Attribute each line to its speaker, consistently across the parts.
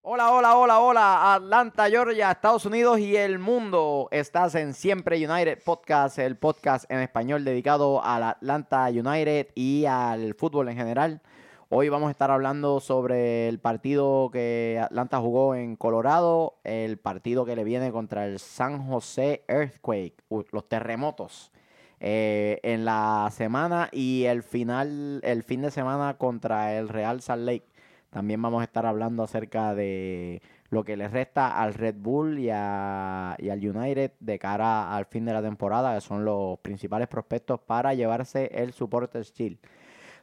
Speaker 1: Hola, hola, hola, hola, Atlanta, Georgia, Estados Unidos y el mundo. Estás en Siempre United Podcast, el podcast en español dedicado al Atlanta United y al fútbol en general. Hoy vamos a estar hablando sobre el partido que Atlanta jugó en Colorado, el partido que le viene contra el San José Earthquake, u- los terremotos, eh, en la semana y el final, el fin de semana contra el Real Salt Lake. También vamos a estar hablando acerca de lo que les resta al Red Bull y, a- y al United de cara al fin de la temporada, que son los principales prospectos para llevarse el Supporters Shield.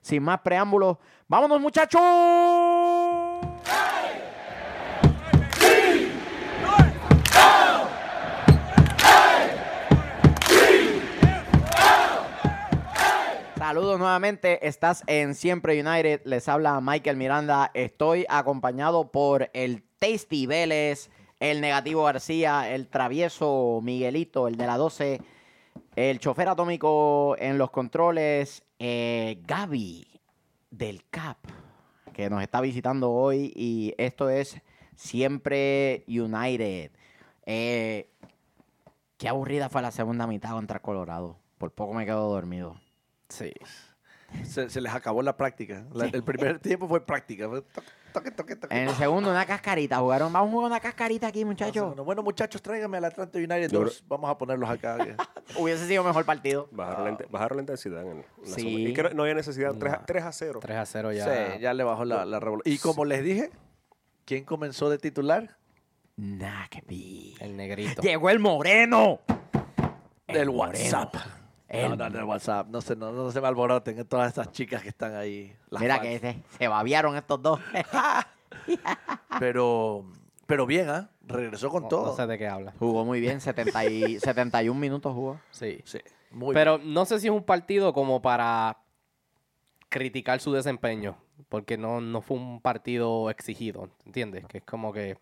Speaker 1: Sin más preámbulos, ¡vámonos muchachos! Saludos nuevamente, estás en Siempre United, les habla Michael Miranda, estoy acompañado por el Tasty Vélez, el negativo García, el travieso Miguelito, el de la 12, el chofer atómico en los controles, eh, Gaby del CAP, que nos está visitando hoy y esto es Siempre United. Eh, qué aburrida fue la segunda mitad contra Colorado, por poco me quedo dormido.
Speaker 2: Sí. Se, se les acabó la práctica. La- El primer tiempo fue práctica. Fue toc, toque, toque, toque.
Speaker 1: En el segundo, una cascarita. Jugaron, vamos a jugar una cascarita aquí, muchachos.
Speaker 2: Bueno, bueno, muchachos, tráigame al Atlanta United
Speaker 3: Yo
Speaker 2: 2. Vamos a ponerlos acá.
Speaker 1: Hubiese sido mejor partido.
Speaker 3: Bajaron,
Speaker 4: Ah.
Speaker 3: la, inte- bajaron la intensidad en el- en la
Speaker 1: Sí.
Speaker 3: segunda. Y que no, no había necesidad. 3, a, 3 a 0.
Speaker 4: 3 a 0 Pues ya.
Speaker 2: Sí, ya le bajó la, la revolución. Y como les dije, ¿quién comenzó de titular?
Speaker 1: Nah, qué pi.
Speaker 4: El negrito.
Speaker 1: Llegó el moreno.
Speaker 2: Del
Speaker 1: moreno.
Speaker 2: WhatsApp.
Speaker 1: El-
Speaker 2: No, no, del WhatsApp. No se, no, no se me alboroten todas estas chicas que están ahí. las
Speaker 1: Mira
Speaker 2: fans.
Speaker 1: que se, se babiaron estos dos.
Speaker 2: Pero, pero bien, ¿ah? Regresó con
Speaker 4: No,
Speaker 2: todo.
Speaker 4: no sé de qué habla.
Speaker 1: jugó muy bien, 70 y- 71 minutos jugó.
Speaker 4: Sí.
Speaker 2: Sí, muy
Speaker 4: Pero no sé si es un partido como para criticar su desempeño, porque no, no fue un partido exigido, ¿entiendes? Que es como que...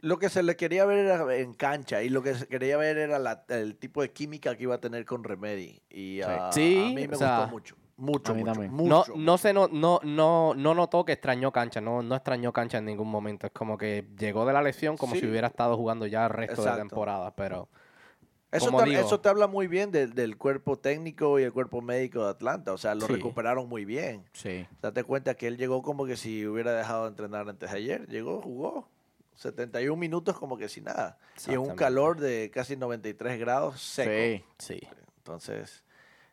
Speaker 2: Lo que se le quería ver era en cancha y lo que se quería ver era la- el tipo de química que iba a tener con Remedy. Y ah, a,
Speaker 4: Sí,
Speaker 2: mí me
Speaker 4: o
Speaker 2: gustó
Speaker 4: sea,
Speaker 2: mucho. Mucho,
Speaker 1: a mí
Speaker 2: mucho,
Speaker 1: también.
Speaker 2: mucho.
Speaker 4: No, no, se no, no, no, no notó que extrañó cancha, no, no extrañó cancha en ningún momento. Es como que llegó de la lesión como
Speaker 2: Sí.
Speaker 4: si hubiera estado jugando ya el resto de
Speaker 2: Exacto.
Speaker 4: la temporada, pero...
Speaker 2: eso,
Speaker 4: como
Speaker 2: te,
Speaker 4: digo.
Speaker 2: eso te habla muy bien del, del cuerpo técnico y el cuerpo médico de Atlanta. O sea, lo
Speaker 1: Sí.
Speaker 2: recuperaron muy bien.
Speaker 1: Sí.
Speaker 2: Date cuenta que él llegó como que si hubiera dejado de entrenar antes de ayer. Llegó, jugó. 71 minutos como que si nada. Y en un
Speaker 4: Exactamente.
Speaker 2: calor de casi 93 grados seco.
Speaker 1: Sí.
Speaker 4: Sí.
Speaker 2: Entonces,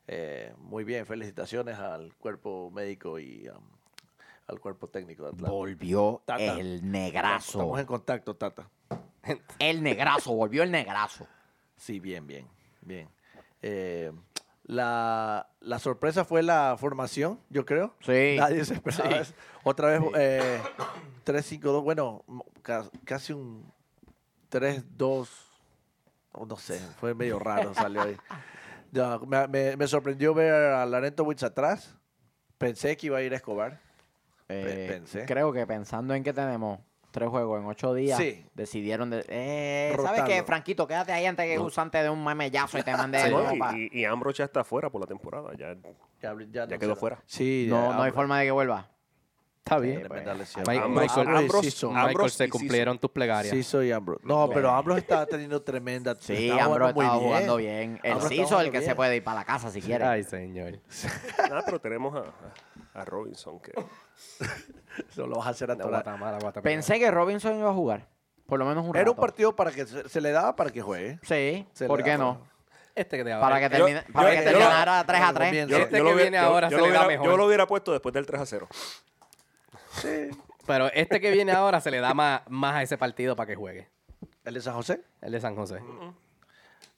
Speaker 2: eh, muy bien, felicitaciones al cuerpo médico y um, al cuerpo técnico de Atlanta.
Speaker 1: Volvió
Speaker 2: Tata.
Speaker 1: el
Speaker 2: Estamos
Speaker 1: negrazo.
Speaker 2: en contacto, Tata.
Speaker 1: El negrazo, volvió el negrazo.
Speaker 2: Sí, bien, bien, bien. Eh, la, la sorpresa fue la formación, yo creo.
Speaker 1: Sí.
Speaker 2: Nadie se esperaba. eso. Otra vez, eh, 3-5-2, bueno, mo- ca- casi un 3-2, o no sé, fue medio raro, salió ahí. Ya, me, me- me sorprendió ver a Larento Witz atrás. Pensé que iba a ir a Escobar.
Speaker 1: Eh,
Speaker 2: pensé.
Speaker 1: Creo que pensando en que tenemos tres juegos en ocho días,
Speaker 2: Sí.
Speaker 1: decidieron. de- eh, ¿Sabes qué,
Speaker 2: Rotarlo.
Speaker 1: Franquito? Quédate ahí antes que usante de un mamellazo y te mande
Speaker 2: Sí.
Speaker 1: el
Speaker 3: No,
Speaker 2: Sí.
Speaker 1: mapa.
Speaker 3: y, y, y Ambrose ya está fuera por la temporada. Ya,
Speaker 2: Ya, abri- ya no
Speaker 3: Ya quedó
Speaker 2: será.
Speaker 3: fuera.
Speaker 2: Sí,
Speaker 1: No,
Speaker 2: ya,
Speaker 1: no hay
Speaker 2: Ambro-
Speaker 1: forma de que vuelva.
Speaker 4: Está
Speaker 2: Sí,
Speaker 4: bien.
Speaker 2: tremenda lesión.
Speaker 4: Mike-
Speaker 2: Ambro-
Speaker 4: Michael-
Speaker 2: Ambro y
Speaker 3: Ambrose-
Speaker 2: Sisson.
Speaker 3: Am-
Speaker 4: Michael,
Speaker 3: Ambrose y
Speaker 4: se
Speaker 3: Sisson.
Speaker 4: cumplieron tus plegarias.
Speaker 2: Sí, soy Ambrose. No, pero Ambrose estaba teniendo tremenda.
Speaker 1: Sí,
Speaker 2: estaba
Speaker 1: Ambro
Speaker 2: jugando muy
Speaker 1: estaba jugando bien. El
Speaker 2: Ambro
Speaker 1: Ciso
Speaker 2: estaba
Speaker 1: es el
Speaker 2: jugando
Speaker 1: que se
Speaker 2: bien.
Speaker 1: puede ir para la casa si quiere.
Speaker 4: Ay, señor.
Speaker 3: nada, pero tenemos a, a- a Robinson. Que,
Speaker 2: Eso lo vas a hacer a
Speaker 4: La
Speaker 2: toda-
Speaker 4: Guatemala, Guatemala.
Speaker 1: Pensé que Robinson iba a jugar. Por lo menos un
Speaker 2: Era un
Speaker 1: rato.
Speaker 2: partido para que se, se le daba para que juegue.
Speaker 1: Sí,
Speaker 2: Se le
Speaker 1: ¿por qué
Speaker 2: daba.
Speaker 1: no?
Speaker 4: Este que te
Speaker 1: Para que,
Speaker 3: Yo-
Speaker 1: termine-
Speaker 3: yo-
Speaker 1: para que
Speaker 3: yo-
Speaker 1: terminara 3 a
Speaker 2: Cuando
Speaker 1: 3.
Speaker 2: comience.
Speaker 4: Este que
Speaker 3: hubiera-
Speaker 4: viene ahora se
Speaker 3: lo
Speaker 4: le da
Speaker 3: hubiera,
Speaker 4: mejor.
Speaker 3: yo lo hubiera puesto después del 3 a 0.
Speaker 4: Pero este que viene ahora se le da más, más a ese partido para que juegue.
Speaker 2: ¿El de San José?
Speaker 4: El de San José.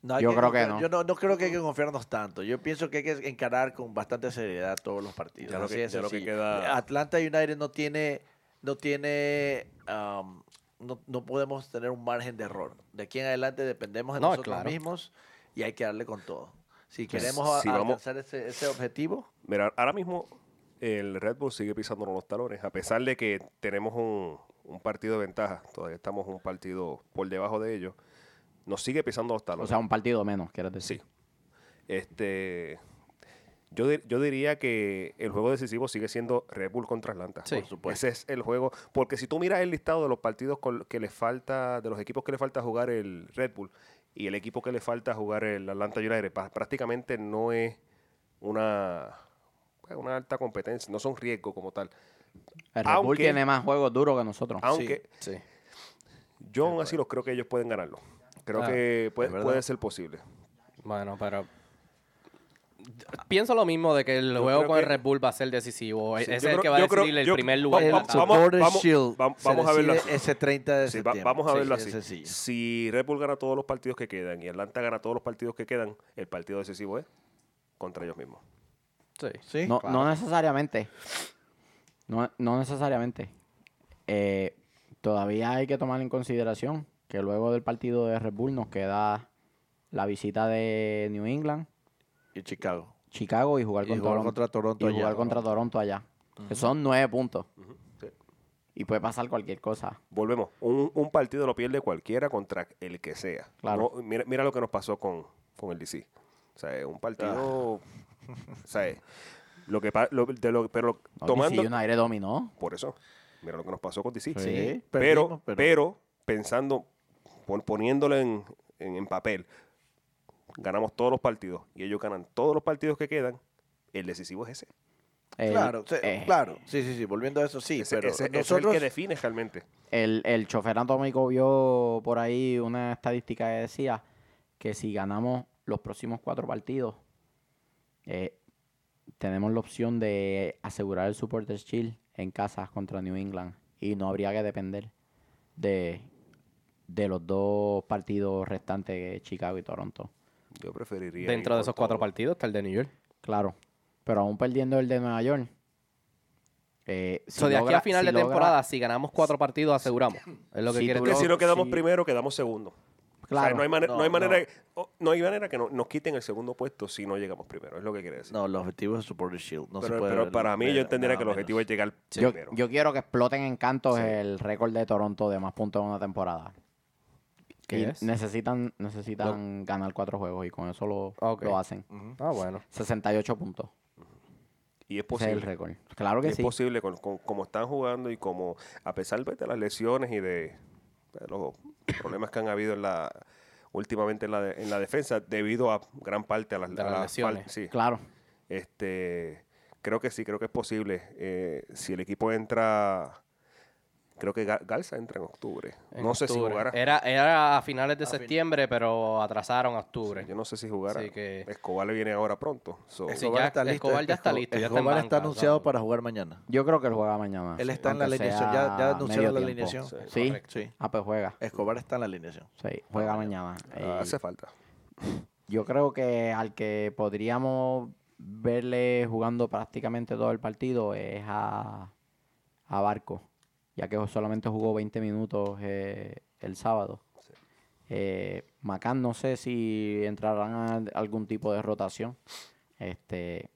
Speaker 2: No, hay
Speaker 1: Yo creo que
Speaker 2: confiar-
Speaker 1: no.
Speaker 2: Yo no, no creo que hay que confiarnos tanto. Yo pienso que hay que encarar con bastante seriedad todos los partidos.
Speaker 3: Ya lo
Speaker 2: Así
Speaker 3: que-
Speaker 2: es
Speaker 3: ya lo que
Speaker 2: sencillo.
Speaker 3: queda-
Speaker 2: Atlanta United no tiene, no tiene, am, no, no podemos tener un margen de error. De aquí en adelante dependemos de
Speaker 4: No,
Speaker 2: nosotros
Speaker 4: claro.
Speaker 2: mismos y hay que darle con todo. Si
Speaker 3: Pues,
Speaker 2: queremos a-
Speaker 3: si vamos-
Speaker 2: alcanzar ese, ese objetivo,
Speaker 3: Mira, ahora mismo el Red Bull sigue pisándonos los talones, a pesar de que tenemos un, un partido de ventaja. Todavía estamos un partido por debajo de ellos. Nos sigue pisando los
Speaker 1: O
Speaker 3: talones.
Speaker 1: sea, un partido menos, quieres
Speaker 3: Sí.
Speaker 1: decir.
Speaker 3: Este, Yo, di- yo diría que el juego decisivo sigue siendo Red Bull contra Atlanta.
Speaker 4: Sí.
Speaker 3: Por supuesto. Ese es el juego. Porque si tú miras el listado de los partidos con- que le falta, de los equipos que le falta jugar el Red Bull y el equipo que le falta jugar el Atlanta United, pa- prácticamente no es una, pues, una alta competencia, no son riesgo como tal.
Speaker 1: El Red Bull
Speaker 3: Aunque-
Speaker 1: tiene más juegos duros que nosotros.
Speaker 3: Aunque
Speaker 4: Sí.
Speaker 3: yo aún así los creo que ellos pueden ganarlo. Creo
Speaker 4: pues. Ah,
Speaker 3: que puede,
Speaker 2: verdad.
Speaker 3: puede ser posible.
Speaker 4: Bueno, pero. Pienso lo mismo de que el
Speaker 3: Yo
Speaker 4: juego
Speaker 3: creo
Speaker 4: con el
Speaker 3: que-
Speaker 4: Red Bull va a ser decisivo. E-
Speaker 3: Sí,
Speaker 4: Ese
Speaker 3: yo
Speaker 4: es el
Speaker 3: creo-
Speaker 4: que va a
Speaker 3: yo creo-
Speaker 4: decidir el
Speaker 3: yo-
Speaker 4: primer
Speaker 3: va-
Speaker 4: lugar. de
Speaker 3: va-
Speaker 4: la-
Speaker 2: el
Speaker 3: vamos-
Speaker 2: Supporters
Speaker 3: vamos-
Speaker 2: Shield.
Speaker 3: vam-
Speaker 2: se
Speaker 3: vamos a verlo
Speaker 2: decide
Speaker 3: así.
Speaker 2: Ese 30 de
Speaker 3: Sí, va-
Speaker 2: septiembre.
Speaker 3: vamos a
Speaker 2: Sí,
Speaker 3: verlo
Speaker 2: es
Speaker 3: así.
Speaker 2: sencillo.
Speaker 3: Si Red Bull gana todos los partidos que quedan y Atlanta gana todos los partidos que quedan, el partido decisivo es contra ellos mismos.
Speaker 4: Sí.
Speaker 2: Sí,
Speaker 1: no,
Speaker 2: claro.
Speaker 1: no necesariamente. No, no necesariamente. Eh, todavía hay que tomar en consideración que luego del partido de Red Bull nos queda la visita de New England,
Speaker 2: Y Chicago.
Speaker 1: Chicago y jugar,
Speaker 2: Y
Speaker 1: con
Speaker 2: jugar
Speaker 1: Toronto,
Speaker 2: contra Toronto
Speaker 1: Y
Speaker 2: allá,
Speaker 1: jugar
Speaker 2: ¿no?
Speaker 1: contra Toronto allá. Que son nueve puntos.
Speaker 3: sí.
Speaker 1: Y puede pasar cualquier cosa.
Speaker 3: Volvemos. Un, un partido lo pierde cualquiera contra el que sea.
Speaker 1: Claro.
Speaker 3: No, mira, mira lo que nos pasó con, con el DC. O sea, es un partido.
Speaker 2: Ah.
Speaker 3: O sea, es- lo que, pa- lo- de lo- pero
Speaker 1: No,
Speaker 3: tomando.
Speaker 1: DC United dominó.
Speaker 3: Por eso. Mira lo que nos pasó con DC.
Speaker 1: Sí.
Speaker 3: Pero,
Speaker 2: Perdimos,
Speaker 3: pero, pensando, pon- poniéndolo en, en- en papel, ganamos todos los partidos y ellos ganan todos los partidos que quedan, el decisivo es ese.
Speaker 1: El-
Speaker 2: claro, sí,
Speaker 1: eh,
Speaker 2: claro. Sí, sí, sí. Volviendo a eso, sí.
Speaker 3: ese,
Speaker 2: pero
Speaker 3: ese- ese
Speaker 2: nosotros,
Speaker 3: es el que define realmente.
Speaker 1: El, el chofer atómico vio por ahí una estadística que decía que si ganamos los próximos cuatro partidos, eh, tenemos la opción de asegurar el Supporters Shield en casa contra New England y no habría que depender de, de los dos partidos restantes, que es Chicago y Toronto.
Speaker 3: Yo preferiría.
Speaker 4: Dentro
Speaker 3: ir
Speaker 4: de
Speaker 3: por
Speaker 4: esos cuatro
Speaker 3: todo.
Speaker 4: partidos está el de New York.
Speaker 1: Claro, pero aún perdiendo el de Nueva York. eh, si
Speaker 4: So, de aquí
Speaker 1: logra-
Speaker 4: a final
Speaker 1: si
Speaker 4: de
Speaker 1: logra-
Speaker 4: temporada, si ganamos cuatro partidos, aseguramos. Es lo que
Speaker 1: Si
Speaker 4: quiere
Speaker 1: tú
Speaker 3: Es que
Speaker 1: lo-
Speaker 3: si no quedamos
Speaker 1: Sí.
Speaker 3: primero, quedamos segundo. O sea,
Speaker 1: Claro,
Speaker 3: no hay, mane- no
Speaker 2: No,
Speaker 3: hay manera,
Speaker 2: no.
Speaker 3: o- no hay manera que no- nos quiten el segundo puesto si no llegamos primero. Es lo que quiere decir.
Speaker 2: No, el objetivo es Supporter Shield. No se
Speaker 3: pero,
Speaker 2: puede
Speaker 3: pero
Speaker 2: ver
Speaker 3: para mí, yo
Speaker 2: nada
Speaker 3: entendería que el
Speaker 2: menos.
Speaker 3: objetivo es llegar
Speaker 1: yo,
Speaker 3: primero.
Speaker 1: yo quiero que exploten en cantos
Speaker 3: Sí.
Speaker 1: el récord de Toronto de más puntos en una temporada.
Speaker 4: ¿Qué
Speaker 1: Y
Speaker 4: es?
Speaker 1: Necesitan, necesitan ganar cuatro juegos y con eso lo,
Speaker 4: Ok.
Speaker 1: lo hacen.
Speaker 4: Ah, bueno.
Speaker 1: 68 puntos.
Speaker 3: y es
Speaker 1: Ese es
Speaker 3: posible.
Speaker 1: el récord. Claro que
Speaker 3: es
Speaker 1: sí.
Speaker 3: posible con, con- como están jugando y como a pesar pues, de las lesiones y de, de los problemas que han habido en la últimamente en la, de- en la defensa debido a gran parte a las,
Speaker 4: De
Speaker 3: a
Speaker 4: las
Speaker 3: las
Speaker 4: lesiones.
Speaker 3: fal- sí.
Speaker 1: Claro.
Speaker 3: este creo que sí creo que es posible Eh, si el equipo entra creo que Ga- Garza entra en octubre
Speaker 4: En
Speaker 3: no sé si
Speaker 4: octubre.
Speaker 3: jugará
Speaker 4: Era, era a finales de
Speaker 2: fin-
Speaker 4: septiembre, pero atrasaron a octubre.
Speaker 3: yo no sé si jugará
Speaker 4: Así que-
Speaker 3: Escobar le viene ahora pronto so,
Speaker 4: Sí, ya- Escobar ya está
Speaker 2: Esco-
Speaker 4: listo, ya está en
Speaker 2: Escobar
Speaker 4: banca,
Speaker 2: está anunciado
Speaker 4: ¿sabes?
Speaker 2: para jugar mañana.
Speaker 1: Yo creo que él juega mañana.
Speaker 2: Él está en la
Speaker 1: aunque
Speaker 2: alineación,
Speaker 1: sea
Speaker 2: ya- ya anunciaron
Speaker 1: medio
Speaker 2: la
Speaker 1: tiempo.
Speaker 2: alineación.
Speaker 1: Sí.
Speaker 2: Sí, correcto. Eh,
Speaker 1: Ah, pues juega.
Speaker 2: Escobar está en la alineación.
Speaker 1: Sí, juega mañana.
Speaker 3: ah,
Speaker 1: Y
Speaker 3: hace falta
Speaker 1: Yo creo que al que podríamos verle jugando prácticamente todo el partido es a, a Barco, ya que solamente jugó 20 minutos eh, el sábado. Eh, Macán no sé si entrarán a algún tipo de rotación. Este,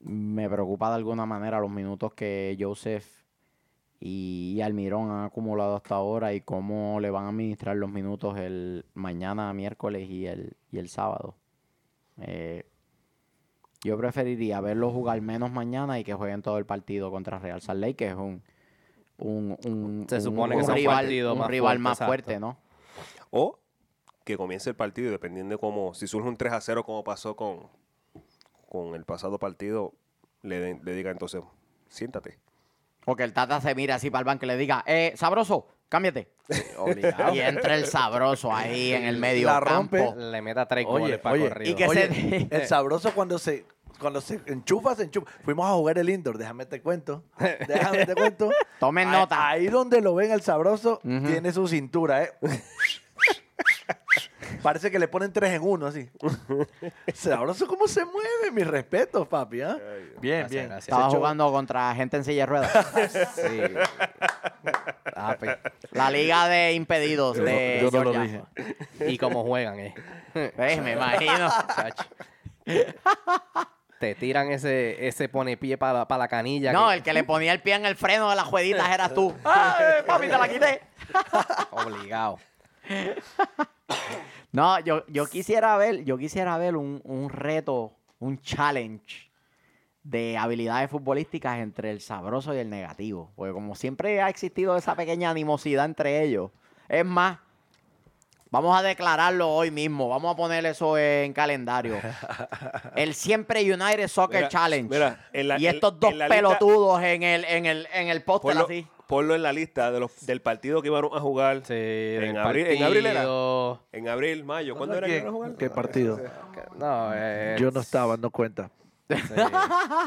Speaker 1: me preocupa de alguna manera los minutos que Joseph y Almirón han acumulado hasta ahora y cómo le van a administrar los minutos el mañana, miércoles y el, y el sábado. Eh, yo preferiría verlos jugar menos mañana y que jueguen todo el partido contra Real Salt Lake, que es un, un, un-
Speaker 4: Se
Speaker 1: un-
Speaker 4: supone que
Speaker 1: un
Speaker 4: sea un
Speaker 1: rival,
Speaker 4: partido
Speaker 1: un
Speaker 4: más
Speaker 1: rival
Speaker 4: fuerte,
Speaker 1: más
Speaker 4: exacto.
Speaker 1: fuerte, ¿no?
Speaker 3: O que comience el partido, dependiendo de cómo, si surge un 3 a 0 como pasó con, con el pasado partido, le, den- le diga entonces, siéntate.
Speaker 1: Porque el Tata se mira así para el banco y le diga, eh, sabroso, cámbiate. Y entra el sabroso ahí en el medio
Speaker 2: La rompe.
Speaker 1: campo.
Speaker 4: Le meta tres
Speaker 2: Oye,
Speaker 4: goles para
Speaker 2: oye,
Speaker 4: corrido. Ah,
Speaker 1: y que se-
Speaker 2: Oye, el sabroso cuando se cuando se enchufa, se enchufa. Fuimos a jugar el indoor, déjame te cuento. Déjame te cuento.
Speaker 1: Tomen
Speaker 2: Ahí-
Speaker 1: nota.
Speaker 2: Ahí donde lo ven el sabroso,
Speaker 1: Ujú.
Speaker 2: tiene su cintura, ¿eh? Parece que le ponen tres en uno, así. sabroso, ¿cómo se mueve? Mis respetos, papi, ¿ah? Bien,
Speaker 4: Gracias,
Speaker 2: bien.
Speaker 4: gracias.
Speaker 2: Se
Speaker 1: Estaba
Speaker 2: echó-
Speaker 1: jugando contra gente en silla de ruedas.
Speaker 4: Sí. Ah, pues.
Speaker 1: La liga de impedidos
Speaker 2: Yo no-
Speaker 1: de
Speaker 2: yo no lo
Speaker 1: Georgia.
Speaker 4: Y cómo juegan, eh.
Speaker 1: Eh, me imagino.
Speaker 4: Chacho. Te tiran ese, ese pone pie para la, pa' la canilla.
Speaker 1: No,
Speaker 4: que-
Speaker 1: el que le ponía el pie en el freno de las jueguitas eras tú. ¡Ay, papi, te la quité!
Speaker 4: Obligado.
Speaker 1: No, yo, yo quisiera ver, yo quisiera ver un, un reto un challenge de habilidades futbolísticas entre el sabroso y el negativo. Porque como siempre ha existido esa pequeña animosidad entre ellos. Es más, vamos a declararlo hoy mismo. Vamos a poner eso en calendario. El siempre United Soccer
Speaker 3: Mira,
Speaker 1: Challenge.
Speaker 3: mira, en la-
Speaker 1: y
Speaker 3: en-
Speaker 1: estos dos
Speaker 3: en la lista-
Speaker 1: pelotudos en el, en el, en el póster
Speaker 3: Ponlo,
Speaker 1: así.
Speaker 3: ponlo en la lista de los, del partido que iban a jugar
Speaker 4: Sí,
Speaker 3: en,
Speaker 4: del
Speaker 3: abril, en abril era.
Speaker 4: partido.
Speaker 3: En abril, mayo. ¿Cuándo era que iban a jugar?
Speaker 2: ¿Qué partido?
Speaker 4: No, eh,
Speaker 2: Yo no estaba, no cuenta.
Speaker 4: sí,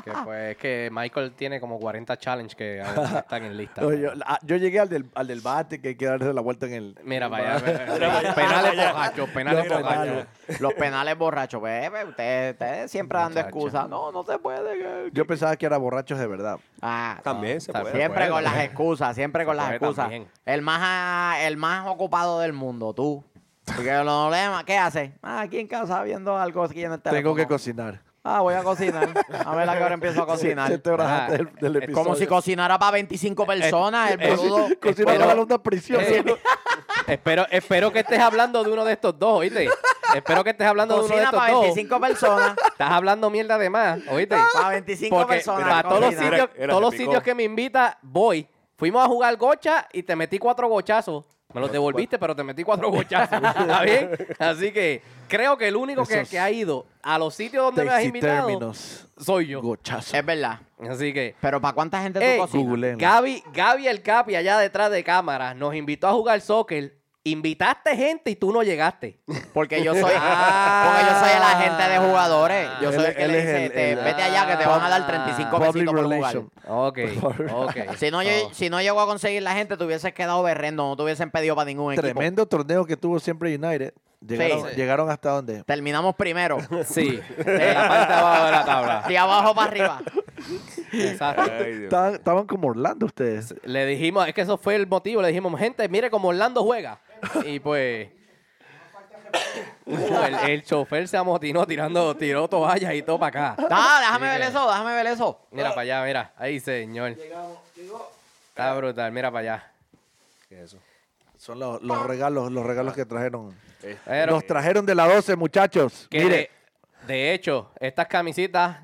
Speaker 4: que pues es que Michael tiene como 40 challenges que aún no están en lista.
Speaker 2: No, yo, ah, yo llegué al del, al del bate que hay que darse la vuelta en el.
Speaker 4: Mira, vaya,
Speaker 3: Mira para allá.
Speaker 4: penales borrachos, penales Eh,
Speaker 2: Mira para
Speaker 4: borrachos.
Speaker 2: allá.
Speaker 1: Los penales borrachos. Pues, pues, ustedes, ustedes siempre dando
Speaker 4: Muchacho.
Speaker 1: excusas. No, no se puede. que-
Speaker 2: Yo pensaba que era borrachos de verdad.
Speaker 1: Ah,
Speaker 3: También se
Speaker 4: También.
Speaker 3: puede.
Speaker 1: Siempre
Speaker 4: puede,
Speaker 1: con
Speaker 4: ¿no?
Speaker 1: las excusas, siempre con
Speaker 4: Se
Speaker 1: las
Speaker 4: puede
Speaker 1: excusas.
Speaker 4: también.
Speaker 1: El más, ah, el más ocupado del mundo, tú. Porque los problemas, ¿qué haces? Ah, aquí en casa viendo algo aquí en el teléfono.
Speaker 2: Tengo que cocinar.
Speaker 1: Ah, voy a cocinar. A ver a qué hora empiezo a cocinar.
Speaker 2: Siete horas
Speaker 4: Ajá.
Speaker 2: antes del, del
Speaker 4: Es
Speaker 2: episodio.
Speaker 1: Como si cocinara para
Speaker 2: Eh,
Speaker 1: 25 personas, el
Speaker 2: Coci-
Speaker 1: boludo.
Speaker 2: Cocinar
Speaker 4: Pero-
Speaker 2: para una prisión.
Speaker 4: Eh, espero, espero que estés hablando de uno de estos dos, ¿oíste? Espero que estés hablando de uno de
Speaker 1: Cocina
Speaker 4: estos
Speaker 1: para
Speaker 4: dos.
Speaker 1: 25 personas.
Speaker 4: Estás hablando mierda de más, ¿oíste?
Speaker 1: Para 25
Speaker 4: Porque
Speaker 1: personas.
Speaker 4: para todos los
Speaker 1: cocina.
Speaker 4: sitios,
Speaker 3: Era- era
Speaker 4: todos los
Speaker 3: típico.
Speaker 4: sitios que me invita, voy. Fuimos a jugar gocha y te metí cuatro gochazos. Me los devolviste, pero te metí cuatro gochazos. ¿Está bien? Así que creo que el único que,
Speaker 2: Esos
Speaker 4: que ha ido a los sitios donde me has
Speaker 2: Taxi
Speaker 4: invitado
Speaker 2: términos.
Speaker 4: soy yo.
Speaker 2: Gochazo.
Speaker 1: Es verdad.
Speaker 4: Así que
Speaker 1: Pero ¿para cuánta gente
Speaker 4: Ey,
Speaker 1: tú cocinas?
Speaker 2: Eh, Google.
Speaker 4: Gaby, Gaby el Capi allá detrás de cámara nos invitó a jugar soccer. Invitaste gente y tú no llegaste.
Speaker 1: Porque yo soy, ah, porque yo soy el agente de jugadores. Yo soy el,
Speaker 2: Ah, Él-
Speaker 1: que
Speaker 2: él
Speaker 1: le
Speaker 2: es
Speaker 1: dice,
Speaker 2: el-
Speaker 1: te-
Speaker 2: el-
Speaker 1: vete allá que te van a dar 35
Speaker 2: Public
Speaker 1: pesitos por jugar.
Speaker 2: relation.
Speaker 4: Ok, ok.
Speaker 1: Si no, lle-
Speaker 4: Oh.
Speaker 1: si no llegó a conseguir la gente, te hubieses quedado berrendo, no te hubiesen pedido para ningún equipo.
Speaker 2: Tremendo torneo que tuvo siempre United. Llegaron,
Speaker 1: Sí.
Speaker 2: llegaron hasta donde.
Speaker 1: Terminamos primero.
Speaker 4: Sí, de la parte de abajo de la tabla.
Speaker 1: De abajo para arriba.
Speaker 4: Exacto.
Speaker 3: Ay, Dios.
Speaker 2: Estaban, estaban como Orlando ustedes.
Speaker 4: Le dijimos, es que eso fue el motivo. Le dijimos, gente, mire cómo Orlando juega. Y pues. Uh, el, el chofer se amotinó tirando, tiró toallas y todo para acá.
Speaker 1: Ah, déjame
Speaker 4: Sí,
Speaker 1: ver
Speaker 4: que-
Speaker 1: eso, déjame ver eso.
Speaker 4: Mira para allá, mira. Ahí, señor. Está brutal, mira para allá.
Speaker 3: ¿Qué es eso?
Speaker 2: Son los, los regalos, los regalos que trajeron.
Speaker 3: Eh,
Speaker 4: Pero-
Speaker 2: Nos trajeron de la 12, muchachos.
Speaker 4: Que
Speaker 2: Mire,
Speaker 4: de, de hecho, estas camisitas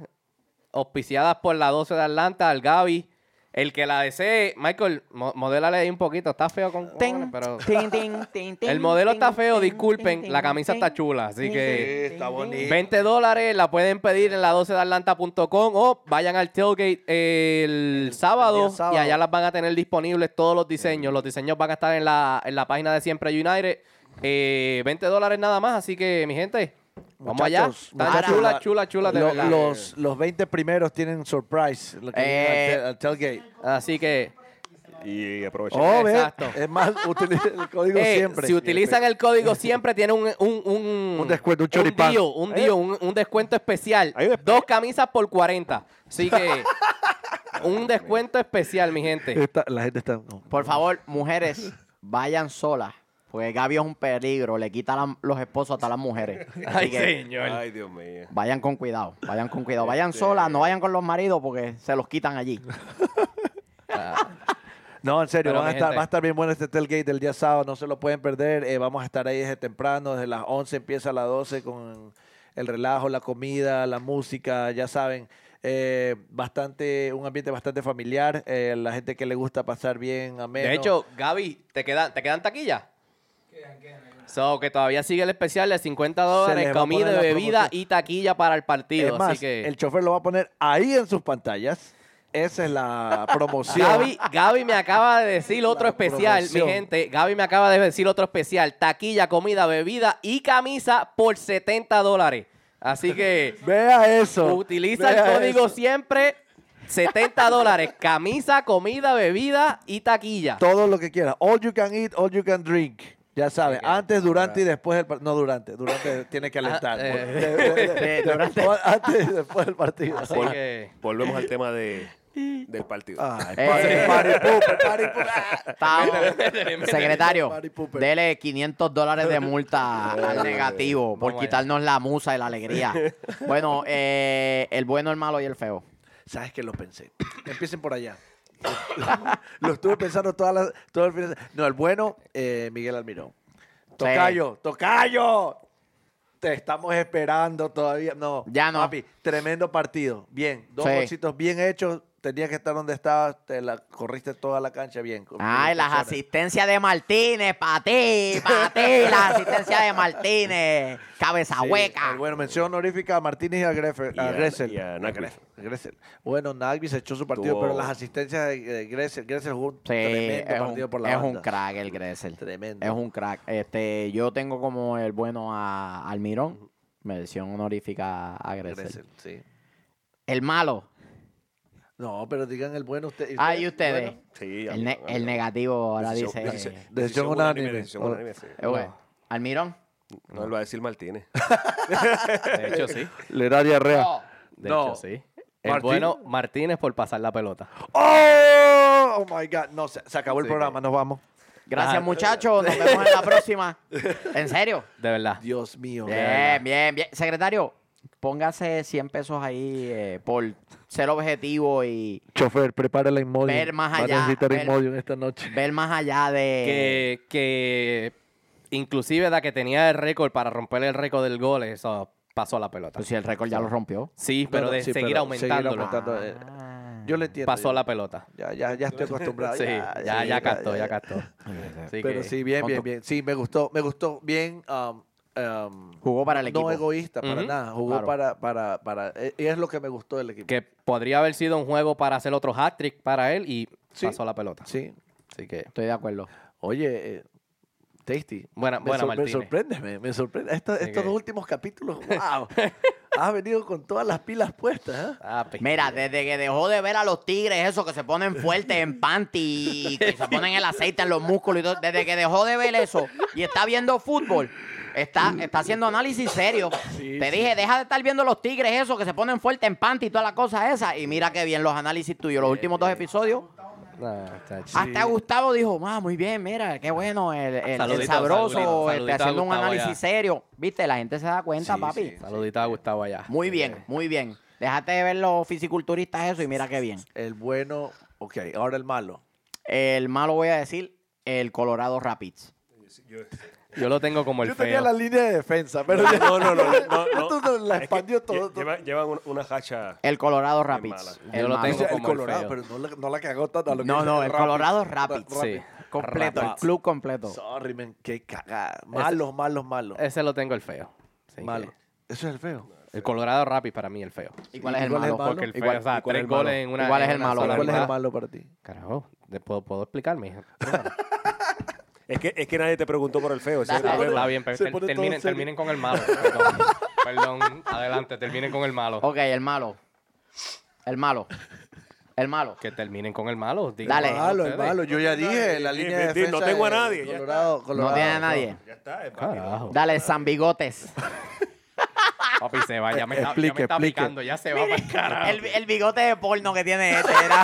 Speaker 4: auspiciadas por la 12 de Atlanta, al Gaby, el que la desee, Michael, mo modélale ahí un poquito, está feo con cojones,
Speaker 1: Ting,
Speaker 4: pero
Speaker 1: ting, ting, ting, ting,
Speaker 4: el modelo está
Speaker 1: ting,
Speaker 4: feo,
Speaker 1: ting,
Speaker 4: disculpen,
Speaker 1: ting,
Speaker 4: la camisa
Speaker 1: ting,
Speaker 4: está chula, así
Speaker 1: ting,
Speaker 4: que
Speaker 1: ting,
Speaker 3: está
Speaker 1: ting,
Speaker 3: bonito.
Speaker 2: Eh,
Speaker 1: ting.
Speaker 4: 20 dólares la pueden pedir en la 12 de Atlanta.com o vayan al tailgate el sábado,
Speaker 2: sábado.
Speaker 4: y allá las van a tener disponibles todos los diseños, los diseños van a estar en la, en la página de Siempre United, Eh, 20 dólares nada más, así que mi gente... Vamos allá.
Speaker 2: Muchachos,
Speaker 4: Está
Speaker 1: muchachos,
Speaker 4: chula,
Speaker 2: la-
Speaker 4: chula, chula de
Speaker 2: lo-
Speaker 4: verdad.
Speaker 2: los, los 20 primeros tienen surprise. Lo que
Speaker 1: Eh.
Speaker 2: viene al tel- al tailgate.
Speaker 4: Así que,
Speaker 3: Y aprovechen.
Speaker 2: Oh, ve,
Speaker 4: Exacto.
Speaker 2: Es más, utilicen el código
Speaker 4: eh,
Speaker 2: siempre.
Speaker 4: si utilizan el código siempre, tienen un, un, un,
Speaker 2: Un descuento, un choripán.
Speaker 4: deal, un, deal, un, un descuento especial.
Speaker 3: Hay un espe-
Speaker 4: Dos camisas por 40. Así que, un descuento especial, mi gente.
Speaker 2: Está- la gente está. no.
Speaker 1: Por favor, mujeres, vayan solas. Porque Gaby es un peligro, le quita la- los esposos hasta las mujeres.
Speaker 2: Eh,
Speaker 1: Así
Speaker 4: Ay,
Speaker 1: que
Speaker 2: Ah,
Speaker 4: señor.
Speaker 3: Ay, Dios mío.
Speaker 1: vayan con cuidado, vayan con cuidado. Vayan
Speaker 3: Este-
Speaker 1: solas, no vayan con los maridos porque se los quitan allí.
Speaker 2: No, en serio,
Speaker 4: Pero,
Speaker 2: van a
Speaker 4: mi
Speaker 2: estar,
Speaker 4: gente.
Speaker 2: va a estar bien bueno este tailgate del día sábado, no se lo pueden perder. eh, vamos a estar ahí desde temprano, desde las 11 empieza a las 12 con el relajo, la comida, la música, ya saben. eh, bastante, un ambiente bastante familiar, eh, la gente que le gusta pasar bien, ameno.
Speaker 4: De hecho, Gaby, ¿te quedan, ¿te quedan taquillas? So, que todavía sigue el especial de 50
Speaker 2: les
Speaker 4: dólares,
Speaker 2: va a poner
Speaker 4: comida,
Speaker 2: la
Speaker 4: bebida
Speaker 2: promoción.
Speaker 4: y taquilla para el partido.
Speaker 2: es más,
Speaker 4: así que...
Speaker 2: el chofer lo va a poner ahí en sus pantallas. Esa es la promoción.
Speaker 4: Gaby, Gaby me acaba de decir otro
Speaker 2: La
Speaker 4: especial,
Speaker 2: promoción.
Speaker 4: mi gente. Gaby me acaba de decir otro especial. Taquilla, comida, bebida y camisa por 70 dólares. Así que
Speaker 2: Vea eso.
Speaker 4: utiliza
Speaker 2: vea
Speaker 4: el código
Speaker 2: eso.
Speaker 4: siempre. 70 dólares. Camisa, comida, bebida y taquilla.
Speaker 2: Todo lo que quiera. All you can eat, all you can drink. Ya sabes, antes, durante y después del par- No, durante. Durante tiene
Speaker 1: Ah,
Speaker 2: que alentar.
Speaker 4: eh.
Speaker 2: De- de- de- de- o- Antes y después del
Speaker 1: Ah,
Speaker 2: partido.
Speaker 4: Así
Speaker 3: Vol-
Speaker 4: que...
Speaker 3: Volvemos al tema de, del partido.
Speaker 2: Ay,
Speaker 1: Eh.
Speaker 2: party, party pooper, party pooper. Ah.
Speaker 1: Está- Secretario,
Speaker 2: Party pooper.
Speaker 1: dele 500 dólares de multa
Speaker 2: Oh,
Speaker 1: al negativo por
Speaker 4: Vamos allá.
Speaker 1: quitarnos la musa y la alegría. Bueno, eh, el bueno, el malo y el feo.
Speaker 2: ¿Sabes que Lo pensé. Empiecen por allá. lo estuve pensando todas las, todo el fin de semana. No, el bueno, eh, Miguel Almirón. Tocayo, tocayo. Te estamos esperando todavía. No,
Speaker 1: Ya no.
Speaker 2: Papi, tremendo partido. Bien, dos
Speaker 1: Sí.
Speaker 2: bolsitos bien hechos. Tenías que estar donde estabas. Te la corriste toda la cancha bien. con-
Speaker 1: Ay,
Speaker 2: con
Speaker 1: las
Speaker 2: personas.
Speaker 1: asistencias de Martínez, para ti, para ti, las asistencias de Martínez, cabeza
Speaker 2: Sí,
Speaker 1: hueca.
Speaker 2: el- Bueno, mención honorífica a Martínez y a Greffel.
Speaker 3: Y a-
Speaker 2: a Gressel.
Speaker 3: y a Nagel.
Speaker 2: Gressel. Bueno, Nagby se echó su partido,
Speaker 3: Tuvo-
Speaker 2: pero las asistencias de de Gressel. Gressel jugó un
Speaker 1: Sí,
Speaker 2: tremendo
Speaker 1: es,
Speaker 2: partido
Speaker 1: un,
Speaker 2: por la
Speaker 1: es
Speaker 2: banda.
Speaker 1: un crack el Gressel.
Speaker 2: Tremendo.
Speaker 1: Es un crack. Este, yo tengo como el bueno a Almirón, mención honorífica a Gressel.
Speaker 2: Gressel, sí.
Speaker 1: El malo,
Speaker 2: No, pero digan el bueno usted- ustedes.
Speaker 1: ah, y ustedes.
Speaker 2: bueno,
Speaker 3: Sí,
Speaker 1: el,
Speaker 3: amigo,
Speaker 1: ne-
Speaker 3: amigo.
Speaker 1: el negativo ahora
Speaker 3: Decisión-
Speaker 1: dice.
Speaker 3: decisión-
Speaker 1: eh,
Speaker 2: Decisión unánime.
Speaker 3: Decisión
Speaker 2: Oh.
Speaker 3: unánime, sí.
Speaker 1: bueno, Almirón.
Speaker 3: No lo va a decir Martínez.
Speaker 4: De hecho, sí.
Speaker 2: le da diarrea.
Speaker 4: De
Speaker 2: No.
Speaker 4: hecho, sí. El
Speaker 2: Martín-
Speaker 4: bueno Martínez por pasar la pelota.
Speaker 2: ¡Oh! ¡Oh, my God! No, se, se acabó el
Speaker 3: Sí,
Speaker 2: programa, nos vamos.
Speaker 1: Gracias,
Speaker 4: Ah.
Speaker 1: muchachos. Nos vemos en la próxima. ¿En serio?
Speaker 4: De verdad.
Speaker 2: Dios mío. de verdad.
Speaker 1: Bien, bien, bien. Secretario, póngase 100 pesos ahí eh, por ser objetivo y
Speaker 2: Chofer, prepara la inmodio.
Speaker 1: Ver más
Speaker 2: Va a
Speaker 1: allá,
Speaker 2: necesitar
Speaker 1: ver-
Speaker 2: inmodio en esta noche.
Speaker 1: ver más allá de.
Speaker 4: que, que inclusive la que tenía el récord para romper el récord del gol, eso pasó la pelota.
Speaker 1: Pues si el récord ya lo rompió.
Speaker 4: Sí, pero
Speaker 2: Bueno,
Speaker 4: de
Speaker 2: sí,
Speaker 4: seguir
Speaker 2: pero seguir
Speaker 4: aumentándolo.
Speaker 2: aumentando. Tanto, eh,
Speaker 1: Ah.
Speaker 2: Yo le entiendo.
Speaker 4: pasó
Speaker 2: yo-
Speaker 4: la pelota.
Speaker 2: Ya, ya, Ah, ya estoy acostumbrado.
Speaker 4: Sí, ya, ya, captó, ya, captó. Así
Speaker 2: Pero
Speaker 4: que-
Speaker 2: sí, bien,
Speaker 4: con
Speaker 2: bien,
Speaker 4: tu-
Speaker 2: bien. Sí, me gustó, me gustó bien. um, um,
Speaker 1: Jugó para el
Speaker 2: no
Speaker 1: equipo.
Speaker 2: egoísta, para
Speaker 4: Ujú,
Speaker 2: nada. Jugó
Speaker 1: claro.
Speaker 2: para, para, para. eh, Y es lo que me gustó del equipo.
Speaker 4: Que podría haber sido un juego para hacer otro hat-trick para él y
Speaker 2: Sí.
Speaker 4: pasó la pelota.
Speaker 2: Sí.
Speaker 4: Así que,
Speaker 1: Estoy de acuerdo.
Speaker 2: Oye, eh, Tasty.
Speaker 4: buena,
Speaker 2: Me,
Speaker 4: buena
Speaker 2: sor- me
Speaker 4: Martínez.
Speaker 2: sorprende, me, me sorprende. Esta-
Speaker 4: Sí
Speaker 2: estos
Speaker 4: que-
Speaker 2: dos últimos capítulos, wow. Has venido con todas las pilas puestas, ¿eh?
Speaker 4: Ah, pe-
Speaker 1: Mira, desde que dejó de ver a los tigres, eso que se ponen fuertes en panty, y que se ponen el aceite en los músculos y todo, desde que dejó de ver eso y está viendo fútbol, está, está haciendo análisis serio.
Speaker 2: Sí,
Speaker 1: Te
Speaker 2: sí.
Speaker 1: dije, deja de estar viendo los tigres, eso que se ponen fuertes en panty y todas las cosas esas. Y mira qué bien los análisis tuyos, los últimos dos episodios.
Speaker 4: nah, chacho.
Speaker 1: Hasta Gustavo dijo, ma, muy bien, mira, qué bueno, el, el- el
Speaker 4: Saludito,
Speaker 1: sabroso,
Speaker 4: saludito,
Speaker 1: este,
Speaker 4: saludito a
Speaker 1: haciendo un
Speaker 4: Gustavo
Speaker 1: análisis
Speaker 4: allá.
Speaker 1: serio. Viste, la gente se da cuenta,
Speaker 2: Sí,
Speaker 1: papi.
Speaker 2: sí.
Speaker 4: Saludita a Gustavo allá.
Speaker 1: Muy bien, muy bien. Déjate de ver los fisiculturistas eso y mira qué bien.
Speaker 2: El bueno, ok, ahora el malo.
Speaker 1: El malo voy a decir, el Colorado Rapids.
Speaker 4: Yo lo tengo como el
Speaker 2: Yo tenía
Speaker 4: feo.
Speaker 2: la línea de defensa, pero ya-
Speaker 3: No, no, no, no, no, no.
Speaker 2: Esto no, la
Speaker 3: Es que
Speaker 2: expandió
Speaker 3: lle-
Speaker 2: todo. todo.
Speaker 3: lleva- llevan un- una hacha.
Speaker 1: El Colorado Rapids.
Speaker 3: mala.
Speaker 1: El
Speaker 4: Yo lo
Speaker 1: malo.
Speaker 2: O
Speaker 4: tengo
Speaker 2: sea, el
Speaker 4: como el
Speaker 2: Colorado,
Speaker 4: feo.
Speaker 2: pero no la, no la cagó tanto a lo que
Speaker 1: No,
Speaker 2: hizo
Speaker 1: no, el
Speaker 2: Rapid.
Speaker 1: Colorado
Speaker 2: Ra-
Speaker 1: Rapids.
Speaker 4: Sí.
Speaker 1: Completo, el
Speaker 2: Rapids.
Speaker 1: club completo.
Speaker 2: Sorry, man, qué cagada. Malos, malos, malos.
Speaker 4: Ese lo tengo el feo. Así
Speaker 2: Malo.
Speaker 4: que-
Speaker 2: Eso es el feo.
Speaker 4: El Colorado Rapid para mí el feo.
Speaker 1: ¿Y cuál es el
Speaker 2: ¿Cuál es el
Speaker 1: malo?
Speaker 2: malo?
Speaker 4: Porque el feo,
Speaker 1: Igual-
Speaker 4: o sea,
Speaker 2: ¿y cuál es
Speaker 4: tres
Speaker 2: el malo?
Speaker 4: goles en una.
Speaker 1: ¿Igual es
Speaker 4: en
Speaker 1: el
Speaker 4: una
Speaker 1: malo?
Speaker 4: sola
Speaker 2: ¿Cuál es el
Speaker 4: mitad.
Speaker 2: malo para ti?
Speaker 4: Carajo, ¿te ¿puedo, puedo explicarme? hija?
Speaker 3: Es que, es que nadie te preguntó por el feo. ese es el
Speaker 4: Está bien,
Speaker 3: problema.
Speaker 4: está bien, pero
Speaker 2: Se
Speaker 4: ter-
Speaker 2: pone todo
Speaker 4: terminen,
Speaker 2: serio.
Speaker 4: terminen con el malo. Perdón, Perdón, adelante, terminen con el malo.
Speaker 1: Ok, el malo. El malo. El malo.
Speaker 4: Que terminen con el malo. digan
Speaker 1: Dale.
Speaker 2: El
Speaker 4: ustedes.
Speaker 2: malo, el malo. Yo ya dije, la
Speaker 3: Sí,
Speaker 2: línea
Speaker 3: sí,
Speaker 2: de
Speaker 3: sí,
Speaker 2: defensa.
Speaker 3: no tengo a
Speaker 2: de
Speaker 3: nadie, ya
Speaker 2: Colorado,
Speaker 1: No
Speaker 2: Colorado.
Speaker 1: tiene a nadie.
Speaker 3: Ya está, es válido.
Speaker 4: Carajo.
Speaker 1: Dale, San Bigotes.
Speaker 4: Papi, se va, ya me, está- ya me
Speaker 2: Explique,
Speaker 4: está
Speaker 2: explique.
Speaker 4: picando, ya se va para el carajo.
Speaker 1: El, el bigote de porno que tiene este era.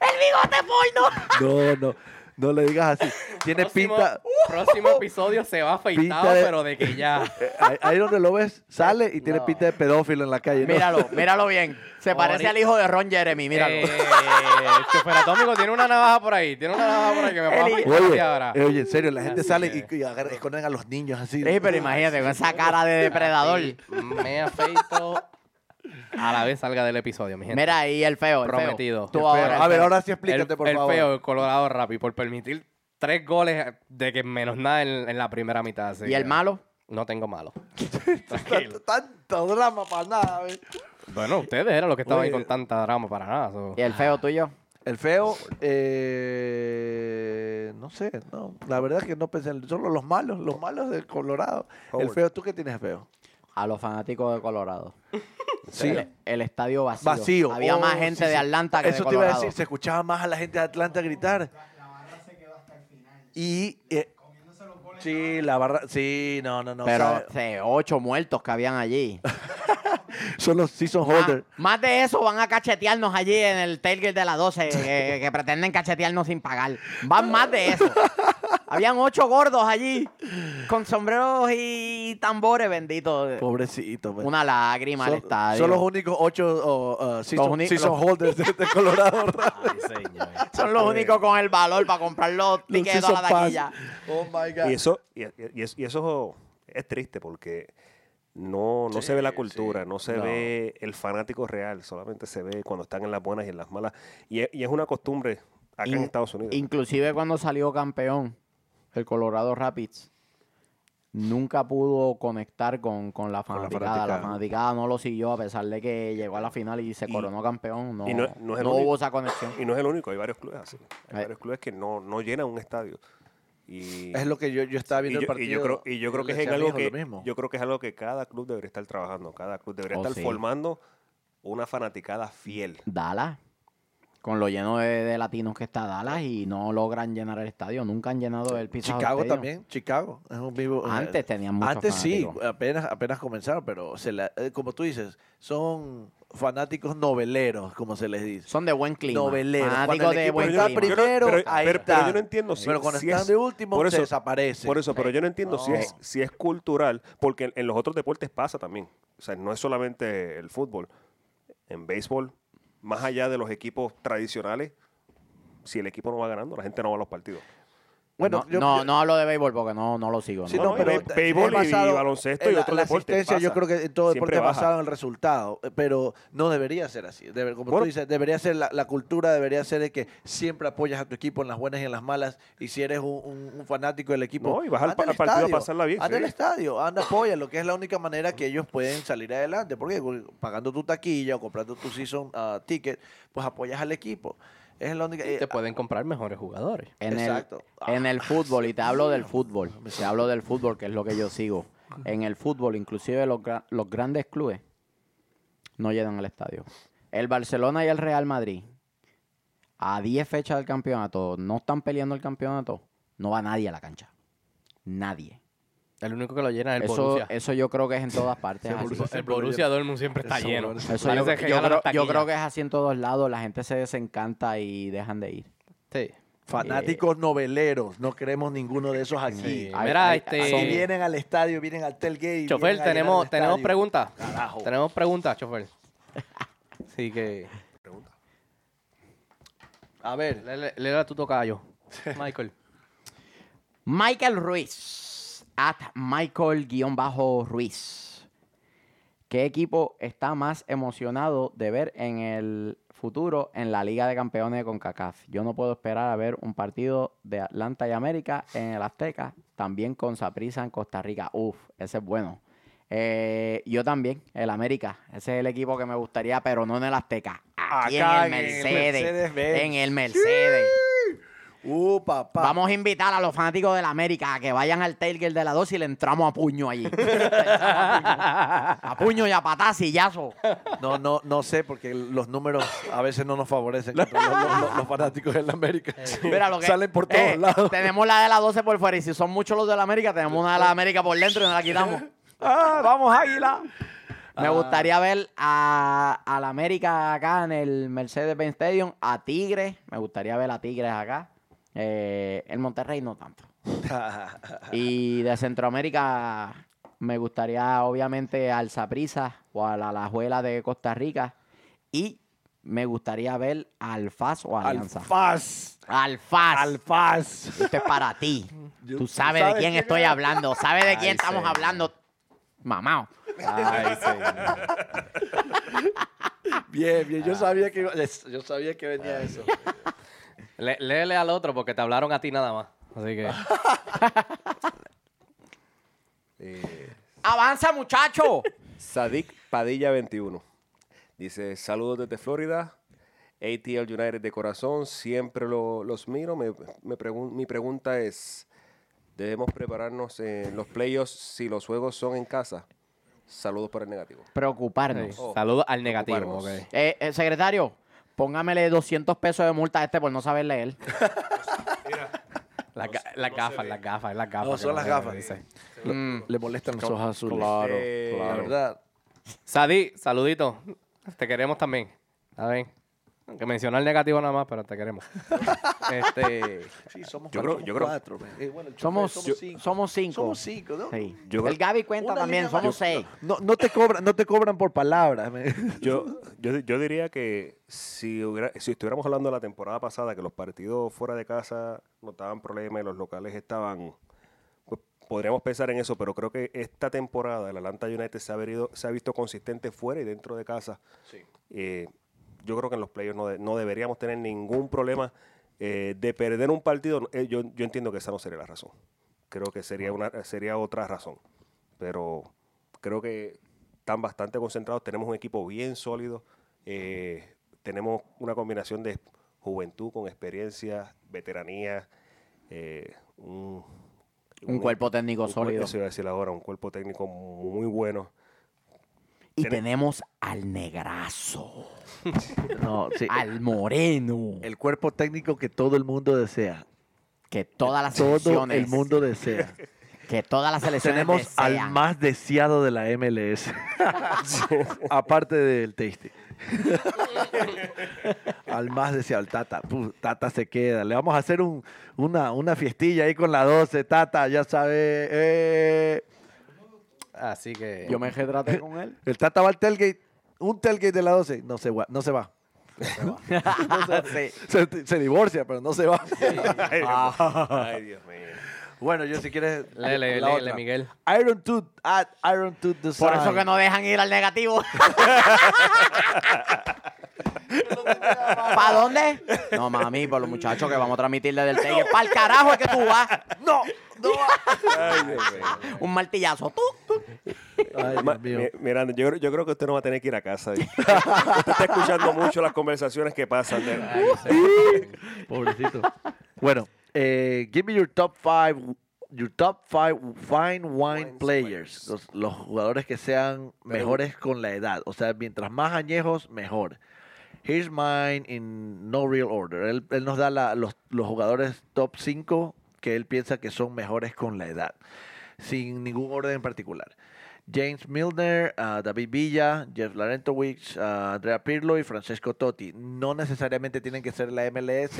Speaker 1: ¡El bigote porno!
Speaker 2: No, no. No le digas así. Tiene
Speaker 4: Próximo,
Speaker 2: pinta. Uh.
Speaker 4: próximo episodio se va afeitado,
Speaker 2: Pinta de-
Speaker 4: pero de que ya.
Speaker 2: eh, ahí- Ahí donde lo ves, sale y tiene
Speaker 1: No.
Speaker 2: pinta de pedófilo en la calle. ¿no?
Speaker 1: Míralo, míralo bien. Se parece
Speaker 4: Ahorita-
Speaker 1: al hijo de Ron Jeremy, míralo.
Speaker 4: Eh, el chofer atómico tiene una navaja por ahí. Tiene una navaja por ahí que me va a
Speaker 1: Eli-
Speaker 4: afeitar
Speaker 2: Oye,
Speaker 4: de ahora.
Speaker 2: eh, oye, en serio, la gente
Speaker 4: Así
Speaker 2: sale
Speaker 4: que-
Speaker 2: y, y agarra- esconden a los niños así.
Speaker 1: Sí, pero imagínate, con esa cara de depredador.
Speaker 4: Me afeito a la vez salga del episodio, mi gente.
Speaker 1: Mira ahí el feo. el feo.
Speaker 4: Prometido.
Speaker 1: Tú
Speaker 4: El
Speaker 1: ahora. el
Speaker 2: a ver,
Speaker 1: feo.
Speaker 2: ahora sí
Speaker 4: el,
Speaker 2: explícate, por
Speaker 4: el
Speaker 2: favor.
Speaker 4: feo, el Colorado Rapid, por permitir tres goles de que menos nada en, en la primera mitad. así
Speaker 1: ¿Y el
Speaker 4: que
Speaker 1: malo?
Speaker 4: No tengo malo.
Speaker 2: Tanto, tanto drama para nada. ¿ves?
Speaker 4: Bueno, ustedes eran los que estaban ahí
Speaker 2: Oye.
Speaker 4: con tanta drama para nada. so.
Speaker 1: ¿Y el feo
Speaker 2: Ah.
Speaker 1: tuyo?
Speaker 2: El feo, eh, no sé, no, la verdad es que no pensé, en- solo los malos, los malos del Colorado. El
Speaker 3: Howard.
Speaker 2: feo, ¿tú qué tienes feo?
Speaker 1: A los fanáticos de Colorado.
Speaker 2: Sí.
Speaker 1: El, el estadio vacío.
Speaker 2: Vacío.
Speaker 1: Había
Speaker 2: Oh,
Speaker 1: más
Speaker 2: sí,
Speaker 1: gente
Speaker 2: sí.
Speaker 1: de Atlanta que de
Speaker 2: Eso te
Speaker 1: Colorado.
Speaker 2: iba a decir, se escuchaba más a la gente de Atlanta gritar. Y... eh, Sí, la barra, sí, no, no, no.
Speaker 1: Pero
Speaker 2: sabe,
Speaker 1: sí, ocho muertos que habían allí.
Speaker 2: Son los season
Speaker 1: Ah,
Speaker 2: holders.
Speaker 1: más de eso van a cachetearnos allí en el tailgate de la 12, que, que pretenden cachetearnos sin pagar. Van más de eso. Habían ocho gordos allí, con sombreros y tambores, bendito.
Speaker 2: Pobrecito. pues.
Speaker 1: Una lágrima al
Speaker 2: son,
Speaker 1: estadio.
Speaker 2: son los únicos ocho oh, uh, season,
Speaker 1: uni-
Speaker 2: season
Speaker 1: los-
Speaker 2: holders de, de Colorado.
Speaker 4: Ay, señor.
Speaker 1: Son los únicos con el valor para comprar los
Speaker 2: Los
Speaker 1: tickets a la
Speaker 2: season pass.
Speaker 1: taquilla.
Speaker 2: Oh my God.
Speaker 3: Y eso, y, y- y eso- y esos es triste porque no, no se ve la cultura, no se
Speaker 2: No.
Speaker 3: ve el fanático real, solamente se ve cuando están en las buenas y en las malas. Y es, y es una costumbre acá en
Speaker 1: In-
Speaker 3: Estados Unidos.
Speaker 1: Inclusive cuando salió campeón el Colorado Rapids, nunca pudo conectar con, con la
Speaker 3: Con la
Speaker 1: fanaticada. la,
Speaker 3: fanaticada.
Speaker 1: fanaticada no lo siguió a pesar de que llegó a la final y se
Speaker 3: Y-
Speaker 1: coronó campeón. No,
Speaker 3: y no- no es el
Speaker 1: no
Speaker 3: único.
Speaker 1: hubo esa conexión.
Speaker 3: Y no es el único, hay varios clubes así. Hay
Speaker 1: Eh.
Speaker 3: varios clubes que no, no llenan un estadio. Y,
Speaker 2: Es lo que yo, yo estaba
Speaker 3: y
Speaker 2: viendo
Speaker 3: yo,
Speaker 2: el partido.
Speaker 3: y yo creo, y yo creo que
Speaker 2: le
Speaker 3: es en
Speaker 2: decía a mi
Speaker 3: algo
Speaker 2: hijo lo
Speaker 3: que
Speaker 2: mismo.
Speaker 3: yo creo que es algo que cada club debería estar trabajando, cada club debería
Speaker 1: Oh,
Speaker 3: estar
Speaker 1: sí.
Speaker 3: formando una fanaticada fiel.
Speaker 1: Dallas, con lo lleno de, de latinos que está Dallas y no logran llenar el estadio. Nunca han llenado el Pizza Hut
Speaker 2: Chicago
Speaker 1: Stadium.
Speaker 2: también, Chicago. Es un vivo,
Speaker 1: Ah,
Speaker 2: eh,
Speaker 1: Antes tenían muchos
Speaker 2: Antes sí,
Speaker 1: fanáticos.
Speaker 2: apenas, apenas comenzaron, pero se la- eh, como tú dices, son fanáticos noveleros, como se les dice.
Speaker 1: Son de buen clima.
Speaker 2: Noveleros. Cuando
Speaker 1: Fanáticos
Speaker 2: el
Speaker 1: de
Speaker 2: equipo
Speaker 1: buen
Speaker 2: está
Speaker 1: clima.
Speaker 2: primero,
Speaker 3: pero,
Speaker 2: ahí
Speaker 3: pero- pero
Speaker 2: está.
Speaker 3: yo no entiendo si,
Speaker 2: pero cuando
Speaker 3: si
Speaker 2: están
Speaker 3: es-
Speaker 2: de último,
Speaker 3: por
Speaker 2: se
Speaker 3: eso,
Speaker 2: desaparece.
Speaker 3: Por eso, pero yo no entiendo si,
Speaker 2: No.
Speaker 3: es, si es cultural, porque en, en los otros deportes pasa también. O sea, no es solamente el fútbol. En béisbol, más allá de los equipos tradicionales, si el equipo no va ganando, la gente no va a los partidos.
Speaker 1: no, no, no hablo de béisbol porque no, no lo sigo.
Speaker 2: Sí,
Speaker 1: no.
Speaker 2: no,
Speaker 3: no, y
Speaker 2: pero
Speaker 3: bé-
Speaker 2: es
Speaker 3: béisbol y- y
Speaker 2: basado
Speaker 3: baloncesto
Speaker 2: en
Speaker 3: y
Speaker 2: la-
Speaker 3: otros
Speaker 2: la
Speaker 3: deportes,
Speaker 2: asistencia yo
Speaker 3: pasa.
Speaker 2: creo que en todo deporte
Speaker 3: Siempre
Speaker 2: es
Speaker 3: baja.
Speaker 2: basado en el resultado, eh, pero no debería ser así. Debe- como
Speaker 3: Bueno.
Speaker 2: tú dices, debería ser la, la cultura, debería ser de que siempre apoyas a tu equipo en las buenas y en las malas. Y si eres un, un- un fanático del equipo,
Speaker 3: No, y vas al pa- al partido a pasarla bien,
Speaker 2: Anda al
Speaker 3: sí.
Speaker 2: estadio, anda apoya, lo que es la única manera que ellos pueden salir adelante. Porque güey, pagando tu taquilla o comprando tu season ah, ticket, pues apoyas al equipo. Es la única.
Speaker 4: Y te
Speaker 2: eh,
Speaker 4: pueden comprar mejores jugadores.
Speaker 1: En el,
Speaker 2: Exacto. Ah.
Speaker 1: en el fútbol, y te hablo del fútbol, te hablo del fútbol, que es lo que yo sigo. En el fútbol, inclusive los, gra- los grandes clubes no llegan al estadio. El Barcelona y el Real Madrid, a 10 fechas del campeonato, no están peleando el campeonato, no va nadie a la cancha. Nadie.
Speaker 4: El único que lo llena es el
Speaker 1: Eso,
Speaker 4: Borussia.
Speaker 1: eso yo creo que es en todas partes.
Speaker 2: Sí,
Speaker 1: así.
Speaker 2: Borussia.
Speaker 4: el
Speaker 2: siempre lo
Speaker 4: Borussia Dortmund siempre está
Speaker 2: Eso,
Speaker 4: lleno.
Speaker 2: Borussia.
Speaker 1: Eso yo,
Speaker 4: Parece que
Speaker 1: yo
Speaker 4: ganan
Speaker 1: creo,
Speaker 4: las
Speaker 1: yo creo
Speaker 4: taquillas.
Speaker 1: que es así en todos lados. La gente se desencanta y dejan de ir.
Speaker 4: Sí.
Speaker 2: Fanáticos noveleros, no queremos ninguno de esos aquí.
Speaker 4: eh. Sí.
Speaker 1: Ay,
Speaker 4: Mira,
Speaker 1: ay,
Speaker 4: este...
Speaker 2: Si vienen al estadio, vienen al tailgate.
Speaker 4: Chofer,
Speaker 2: vienen a llenar
Speaker 4: tenemos,
Speaker 2: el
Speaker 4: tenemos
Speaker 2: estadio.
Speaker 4: preguntas.
Speaker 2: Carajo.
Speaker 4: Tenemos preguntas, chofer. Así que.
Speaker 2: A ver,
Speaker 4: Le, le- léela tú toca yo. Michael.
Speaker 1: Michael Ruiz, at Michael-Ruiz. ¿Qué equipo está más emocionado de ver en el futuro en la Liga de Campeones de CONCACAF? Yo no puedo esperar a ver un partido de Atlanta y América en el Azteca, también con Saprissa en Costa Rica. Uf, ese es bueno. Eh, yo también, el América. Ese es el equipo que me gustaría, pero no en el Azteca. Aquí
Speaker 2: Acá
Speaker 1: en el
Speaker 2: en el
Speaker 1: Mercedes.
Speaker 2: Mercedes-Benz.
Speaker 1: En el Mercedes.
Speaker 2: uh, papá.
Speaker 1: Vamos a invitar a los fanáticos del América a que vayan al tailgate de la 2 y le entramos a puño allí. Le entramos a, puño. A puño y a patá, sillazo.
Speaker 2: No, no, no sé, porque los números a veces no nos favorecen contra los, los- los- los fanáticos del América.
Speaker 1: Eh, Mira lo que-
Speaker 2: Salen por todos
Speaker 1: Eh,
Speaker 2: lados.
Speaker 1: Tenemos la de la 12 por fuera y si son muchos los de la América, tenemos una de la América por dentro y nos la quitamos. Ah, vamos, Águila. Me gustaría ver a, a la América acá en el Mercedes-Benz Stadium, a Tigres. Me gustaría ver a Tigres acá. Eh, el Monterrey no tanto. Y de Centroamérica me gustaría, obviamente, al Saprisa o a la Alajuela de Costa Rica. Y me gustaría ver al FAS o Alianza.
Speaker 2: Alfaz.
Speaker 1: Al FAS.
Speaker 2: Alfaz.
Speaker 1: Esto es para ti.
Speaker 2: Yo-
Speaker 1: Tú sabes de quién estoy hablando. Sabes de quién
Speaker 4: Ay,
Speaker 1: estamos
Speaker 4: señor.
Speaker 1: hablando. Mamao.
Speaker 4: Ay, señor.
Speaker 2: Bien, bien.
Speaker 4: Ah,
Speaker 2: Yo sabía que, iba- es- yo sabía que venía eso.
Speaker 4: Le- léele al otro porque te hablaron a ti nada más. Así que.
Speaker 3: Eh,
Speaker 1: ¡Avanza, muchacho!
Speaker 3: Sadik Padilla 21. Dice, saludos desde Florida. ATL United de corazón, siempre lo- los miro. Me- me pregun- mi pregunta es, ¿debemos prepararnos en los playoffs si los juegos son en casa? Saludos para el negativo.
Speaker 1: Preocuparnos.
Speaker 2: Oh.
Speaker 4: Sí. Saludos al negativo.
Speaker 3: Ocuparnos.
Speaker 4: ok.
Speaker 1: Eh, eh, secretario, póngamele 200 pesos de multa a este por no saber leer.
Speaker 4: Las, ga- las gafas, las gafas, las gafas.
Speaker 2: No,
Speaker 4: que
Speaker 2: son las
Speaker 4: sé,
Speaker 2: gafas.
Speaker 4: dice.
Speaker 1: Mm.
Speaker 2: Le molestan los ojos azules.
Speaker 1: Claro,
Speaker 3: Eh,
Speaker 2: La verdad.
Speaker 4: Sadi, saludito. Te queremos también. Está bien. Que mencionar el negativo nada más, pero te queremos. este.
Speaker 2: Sí, somos
Speaker 3: Yo creo-
Speaker 2: somos
Speaker 3: yo creo-
Speaker 2: cuatro. man. Eh, bueno, el chofer,
Speaker 1: Somos,
Speaker 2: somos
Speaker 1: yo-
Speaker 2: cinco.
Speaker 1: somos cinco.
Speaker 2: Somos cinco, ¿no?
Speaker 1: Sí.
Speaker 3: Yo creo-
Speaker 1: el Gaby cuenta
Speaker 2: Una
Speaker 1: también,
Speaker 2: línea
Speaker 1: somos
Speaker 2: más.
Speaker 1: seis.
Speaker 2: No, no te cobran, no te cobran por palabras. man.
Speaker 3: Yo, yo, yo diría que si, hubiera- si estuviéramos hablando de la temporada pasada, que los partidos fuera de casa no estaban problemas y los locales estaban pues, podríamos pensar en eso, pero creo que esta temporada el Atlanta United se ha, verido- se ha visto consistente fuera y dentro de casa. Eh, yo creo que en los playoffs no, de- no deberíamos tener ningún problema eh, de perder un partido. Eh, yo, yo entiendo que esa no sería la razón. Creo que sería, una, sería otra razón. Pero creo que están bastante concentrados. Tenemos un equipo bien sólido. eh, tenemos una combinación de juventud con experiencia, veteranía, eh, un,
Speaker 1: Un cuerpo técnico
Speaker 3: un cuer-
Speaker 1: sólido.
Speaker 3: Eso iba a decir ahora, un cuerpo técnico muy bueno.
Speaker 1: Y
Speaker 3: Tiene-
Speaker 1: tenemos al negrazo,
Speaker 2: No, sí.
Speaker 1: al moreno,
Speaker 2: El cuerpo técnico que todo el mundo desea.
Speaker 1: que todas las
Speaker 2: Todo
Speaker 1: selecciones-
Speaker 2: el mundo desea.
Speaker 1: que todas las selecciones
Speaker 2: Tenemos al
Speaker 1: desean.
Speaker 2: más deseado de la MLS. Aparte del Tasty. al más deseado, el Tata. Pu, tata se queda. Le vamos a hacer un- una, una fiestilla ahí con la 12. Tata, ya sabe. eh.
Speaker 4: Así que.
Speaker 1: Yo me retraté con él.
Speaker 2: El Tata va al tailgate. Un tailgate de la 12. No se, gua- no se va.
Speaker 1: Sí.
Speaker 2: Se, se divorcia, pero no se va.
Speaker 1: Ah.
Speaker 3: Ay, Dios mío.
Speaker 2: bueno, yo si quieres.
Speaker 4: Lele,
Speaker 2: la
Speaker 4: lele,
Speaker 2: otra.
Speaker 4: Miguel.
Speaker 2: Iron Tooth at Iron Tooth Design.
Speaker 1: Por eso que no dejan ir al negativo. ¿Para dónde? No, mami, por los muchachos que vamos a transmitir desde el taller. ¡Para el carajo es que tú vas!
Speaker 2: No.
Speaker 3: Ay, Dios mío.
Speaker 1: Un martillazo. ¡Tú!
Speaker 2: Ay,
Speaker 3: Ma-
Speaker 2: Dios mío.
Speaker 3: mi- Miranda, yo, creo- yo creo que usted no va a tener que ir a casa. usted está escuchando mucho las conversaciones que pasan. de-
Speaker 2: Pobrecito. bueno, eh, give me your top five, your top five fine wine
Speaker 3: Wine
Speaker 2: players.
Speaker 3: players.
Speaker 2: Los, los jugadores que sean mejores con la edad. O sea, mientras más añejos, mejor. Here's mine in no real order. Él, él nos da la- los, los jugadores top 5 que él piensa que son mejores con la edad. Sin ningún orden en particular. James Milner, ah, David Villa, Jeff Larentowicz, ah, Andrea Pirlo y Francesco Totti. No necesariamente tienen que ser la MLS.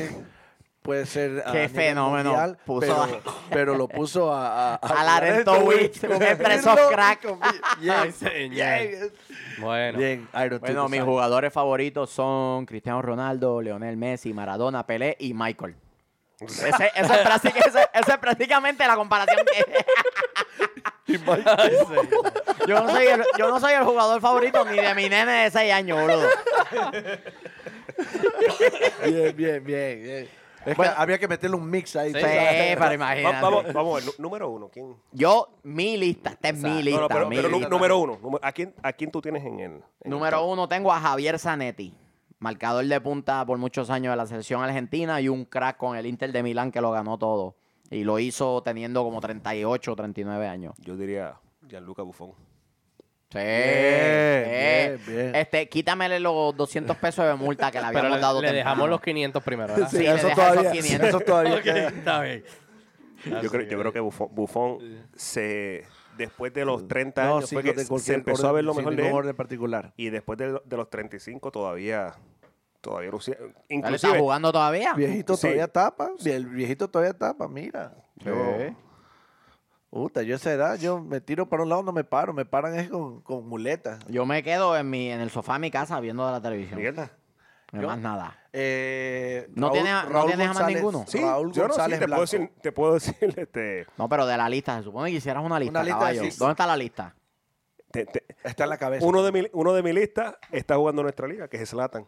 Speaker 2: Puede ser ah, a
Speaker 1: Qué
Speaker 2: nivel
Speaker 1: fenómeno. Puso
Speaker 2: pero,
Speaker 1: a-
Speaker 2: pero lo puso a... A,
Speaker 1: A Larentowicz,
Speaker 2: Larentowicz,
Speaker 1: un expreso
Speaker 2: Pirlo y
Speaker 1: crack.
Speaker 2: con Vi- Yes,
Speaker 4: Ay, señor.
Speaker 2: yes.
Speaker 4: Bueno.
Speaker 2: Bien,
Speaker 1: Bueno,
Speaker 2: Iron Tooth
Speaker 1: mis
Speaker 2: Design.
Speaker 1: jugadores favoritos son Cristiano Ronaldo, Leonel Messi, Maradona, Pelé y Michael. Ese- esa es práctica- esa- esa es prácticamente la comparación que... Yo no, soy el, yo no soy el jugador favorito ni de mi nene de 6 años, boludo.
Speaker 2: Bien, bien, bien, bien. Es que
Speaker 1: Bueno.
Speaker 2: había que meterle un mix ahí.
Speaker 4: Sí,
Speaker 1: Sí, pero
Speaker 3: Va-
Speaker 1: imagínate.
Speaker 3: vamos, vamos a ver, nu- número uno. ¿quién?
Speaker 1: Yo, mi lista, esta es mi
Speaker 3: No,
Speaker 1: lista.
Speaker 3: no, pero,
Speaker 1: mi
Speaker 3: pero nu-
Speaker 1: lista.
Speaker 3: número uno. número- ¿a, quién, ¿A quién tú tienes en el? en el
Speaker 1: Número
Speaker 3: top?
Speaker 1: uno tengo a Javier Zanetti, marcador de punta por muchos años de la selección argentina y un crack con el Inter de Milán que lo ganó todo. Y lo hizo teniendo como 38 o 39 años.
Speaker 3: Yo diría Gianluca Buffon.
Speaker 1: Sí.
Speaker 2: Bien,
Speaker 1: sí.
Speaker 2: bien, bien.
Speaker 1: Este, quítamele los 200 pesos de multa que le
Speaker 4: Pero
Speaker 1: habíamos
Speaker 4: le,
Speaker 1: dado.
Speaker 4: le dejamos
Speaker 1: temprano.
Speaker 4: los 500 primero. ¿verdad?
Speaker 1: Sí, le deja
Speaker 2: eso,
Speaker 1: esos
Speaker 2: todavía,
Speaker 1: 500.
Speaker 2: eso todavía.
Speaker 4: Ok, está bien.
Speaker 2: Ah,
Speaker 3: Yo creo, yo
Speaker 2: eh.
Speaker 3: creo que Buffon, Buffon se, después de
Speaker 1: Mm.
Speaker 3: los 30
Speaker 2: No,
Speaker 3: años
Speaker 2: sí,
Speaker 3: fue
Speaker 2: con-
Speaker 3: que
Speaker 2: de
Speaker 3: se
Speaker 2: cualquier
Speaker 3: empezó a
Speaker 2: orden,
Speaker 3: ver lo
Speaker 2: sin
Speaker 3: mejor de
Speaker 2: ningún
Speaker 3: él.
Speaker 2: orden particular.
Speaker 3: Y después de, lo- de los 35 todavía... Todavía lucía-
Speaker 1: ¿Él está
Speaker 3: Inclusive,
Speaker 1: jugando todavía?
Speaker 2: El viejito
Speaker 3: Sí.
Speaker 2: todavía tapa. si El viejito todavía tapa, mira. Yo,
Speaker 1: Sí.
Speaker 2: Puta, yo a esa edad, yo me tiro para un lado, no me paro. Me paran es con, con muletas.
Speaker 1: Yo me quedo en mi en el sofá de mi casa viendo la televisión.
Speaker 3: Mierda.
Speaker 1: No
Speaker 2: Yo-
Speaker 1: más nada.
Speaker 2: Eh,
Speaker 1: No tiene a- no tienes a más
Speaker 2: González-
Speaker 1: ninguno.
Speaker 3: Sí,
Speaker 2: Raúl
Speaker 3: yo no, sí,
Speaker 2: González
Speaker 3: te, puedo
Speaker 2: Blanco.
Speaker 3: decir, te puedo decir, este,
Speaker 1: No, pero de la lista. Se supone que hicieras una lista,
Speaker 2: Una lista de
Speaker 1: caballo.
Speaker 2: seis.
Speaker 1: ¿Dónde está la lista?
Speaker 3: te- te-
Speaker 2: Está en la cabeza.
Speaker 3: uno, de mi, uno de mi lista está jugando en nuestra liga, que es Zlatan.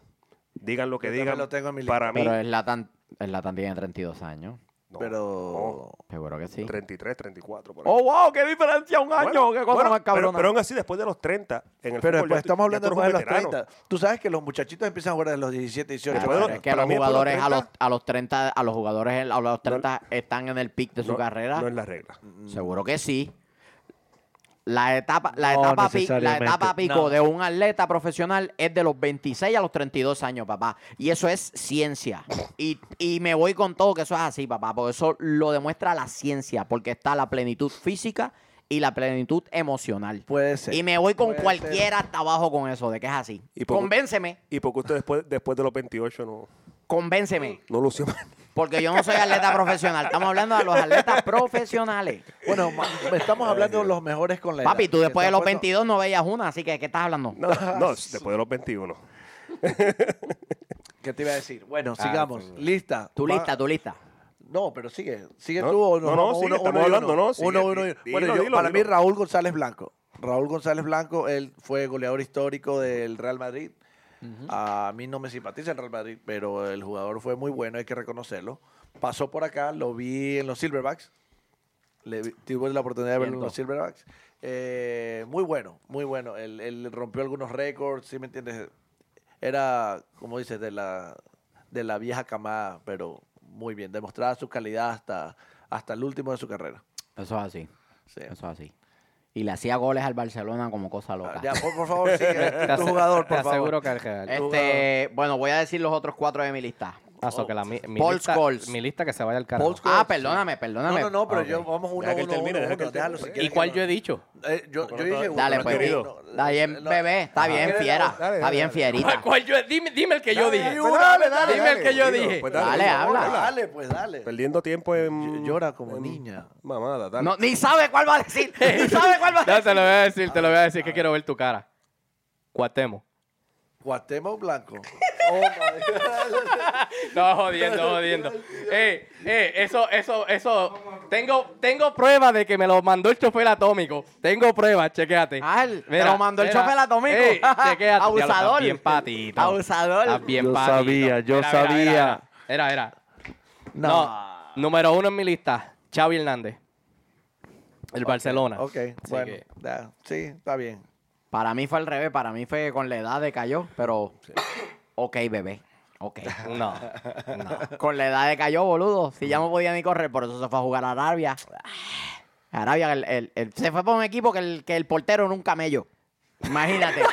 Speaker 3: Digan lo que
Speaker 2: Yo
Speaker 3: digan.
Speaker 2: también lo tengo en mi lista. eh,
Speaker 3: para mí,
Speaker 1: Pero es la tan es la tan tiene 32 años.
Speaker 3: no,
Speaker 2: Pero...
Speaker 1: Seguro que sí.
Speaker 3: no, 33, 34. por ahí.
Speaker 1: Oh, wow, qué diferencia un año.
Speaker 3: Bueno,
Speaker 1: qué cosa
Speaker 3: bueno,
Speaker 1: más
Speaker 3: pero-
Speaker 1: cabrona.
Speaker 3: Pero, aún así, después de los 30, en el
Speaker 2: Pero después
Speaker 3: fútbol ya tú-
Speaker 2: estamos hablando
Speaker 3: ya tú
Speaker 2: después de los
Speaker 3: eres un
Speaker 2: 30. Tú sabes que los muchachitos empiezan a jugar desde los 17, 18.
Speaker 1: Ah,
Speaker 3: Después de
Speaker 1: pero
Speaker 3: los-
Speaker 1: es que
Speaker 3: para
Speaker 1: los
Speaker 3: mí después de los
Speaker 1: jugadores a los,
Speaker 3: 30,
Speaker 1: a los 30, a los jugadores a los 30 están en el pic de su
Speaker 3: No,
Speaker 1: carrera.
Speaker 3: No es la regla.
Speaker 2: Mm.
Speaker 1: Seguro que sí. La etapa, la
Speaker 2: No
Speaker 1: etapa, pi- la
Speaker 2: necesariamente.
Speaker 1: etapa pico
Speaker 2: No.
Speaker 1: de un atleta profesional es de los 26 a los 32 años, papá. Y eso es ciencia. Y, y me voy con todo que eso es así, papá. Porque eso lo demuestra la ciencia. Porque está la plenitud física y la plenitud emocional.
Speaker 2: Puede ser.
Speaker 1: y me voy con
Speaker 2: puede
Speaker 1: cualquiera hasta abajo con eso, de que es así.
Speaker 3: Y por-
Speaker 1: convénceme,
Speaker 3: Y porque usted después, después de los 28 no,
Speaker 1: convénceme.
Speaker 3: no lució mal.
Speaker 1: Porque yo no soy atleta profesional. Estamos hablando de los atletas profesionales.
Speaker 2: Bueno, ma- estamos hablando de los mejores con la edad.
Speaker 1: Papi, tú después de los
Speaker 2: Estamos
Speaker 1: 22 no veías una, así que ¿qué estás hablando?
Speaker 3: No, no, después de los 21.
Speaker 2: ¿Qué te iba a decir? Bueno,
Speaker 4: Ah,
Speaker 2: sigamos.
Speaker 4: sí.
Speaker 2: Lista.
Speaker 1: Tu
Speaker 2: Va-
Speaker 1: lista, tu lista.
Speaker 2: No, pero sigue. Sigue
Speaker 3: No,
Speaker 2: tú o no.
Speaker 3: no, no, sigue, estamos hablando, no, sigue,
Speaker 2: Uno, uno, y-
Speaker 3: di-
Speaker 2: bueno,
Speaker 3: dilo,
Speaker 2: yo-
Speaker 3: dilo,
Speaker 2: para
Speaker 3: dilo.
Speaker 2: mí Raúl González Blanco. Raúl González Blanco, él fue goleador histórico del Real Madrid. A mí no me simpatiza el Real Madrid, pero el jugador fue muy bueno, hay que reconocerlo. Pasó por acá, lo vi en los Silverbacks. Le vi- tuve la oportunidad de verlo en
Speaker 1: Cierto.
Speaker 2: los Silverbacks. Eh, muy bueno, muy bueno. Él, él rompió algunos récords, ¿sí me entiendes? Era, como dices, de la, de la vieja camada, pero muy bien. Demostraba su calidad hasta, hasta el último de su carrera.
Speaker 1: Eso es así.
Speaker 2: Sí.
Speaker 1: Eso es así. Y le hacía goles al Barcelona como cosa loca.
Speaker 2: Ah, Ya, por, por favor, sigue. tu jugador, por
Speaker 4: te
Speaker 2: favor.
Speaker 4: aseguro que el Real.
Speaker 1: este, bueno, voy a decir los otros cuatro de mi lista.
Speaker 4: Ah, so que la mi, mi
Speaker 1: Paul
Speaker 4: lista,
Speaker 1: Scholes.
Speaker 4: mi lista que se vaya al carajo.
Speaker 2: Paul Scholes.
Speaker 1: Ah, perdóname, perdóname.
Speaker 2: No, no, no, pero
Speaker 1: Ah, ok.
Speaker 2: yo vamos uno,
Speaker 3: Deja que él
Speaker 2: uno,
Speaker 3: termine,
Speaker 2: uno,
Speaker 3: deja que
Speaker 2: uno,
Speaker 3: él
Speaker 2: déjalo si
Speaker 3: termine.
Speaker 2: quieres
Speaker 4: ¿Y cuál
Speaker 2: que
Speaker 4: yo he
Speaker 2: lo-
Speaker 4: dicho?
Speaker 2: Eh, yo, yo dije uno,
Speaker 1: Dale,
Speaker 2: no,
Speaker 1: pues.
Speaker 2: querido.
Speaker 3: querido.
Speaker 1: Está bien,
Speaker 2: No,
Speaker 1: bebé. Está
Speaker 2: ah,
Speaker 1: bien,
Speaker 2: dale,
Speaker 1: fiera.
Speaker 2: dale, dale,
Speaker 1: está bien,
Speaker 2: dale.
Speaker 1: fierita.
Speaker 4: ¿Cuál yo he- dime, dime el que yo
Speaker 2: Dale,
Speaker 4: dije.
Speaker 2: pues, dale, dale,
Speaker 4: Dime el que yo
Speaker 3: dilo,
Speaker 4: dije.
Speaker 3: pues
Speaker 1: Dale, habla.
Speaker 2: Dale, pues dale.
Speaker 3: Perdiendo tiempo en.
Speaker 2: Llora como
Speaker 3: en
Speaker 2: niña.
Speaker 3: Mamada, dale.
Speaker 1: No, ni sabe cuál va a decir. ni sabe cuál va a
Speaker 4: Ya te
Speaker 1: decir.
Speaker 4: lo voy a decir, te lo voy a decir que quiero ver tu cara. Cuatemo.
Speaker 2: Cuatemo Blanco. Oh, my God.
Speaker 4: No, jodiendo, jodiendo. Eh, eh, eso, eso, eso. Tengo, tengo pruebas de que me lo mandó el chofer atómico. Tengo pruebas, chequéate.
Speaker 1: Ah, el- te lo mandó el chofer atómico.
Speaker 4: Ey, chequéate. Ya lo estás
Speaker 1: Abusador.
Speaker 4: bien patito.
Speaker 1: Abusador.
Speaker 4: Estás bien
Speaker 2: Yo
Speaker 4: patito.
Speaker 2: sabía, yo
Speaker 4: Mira, mira, mira,
Speaker 2: sabía.
Speaker 4: Era, era.
Speaker 2: No.
Speaker 4: No. Número uno en mi lista, Xavi Hernández. El Barcelona.
Speaker 2: Ok,
Speaker 4: Así
Speaker 2: bueno.
Speaker 4: que-
Speaker 2: ya, sí, está bien.
Speaker 1: Para mí fue al revés. Para mí fue con la edad de cayó, pero. Ok, bebé. Ok.
Speaker 4: No, no.
Speaker 1: Con la edad de cayó, boludo. Si ya no podía ni correr, por eso se fue a jugar a Arabia. Arabia, el- el- el- se fue por un equipo que el, que el portero era un camello. Imagínate.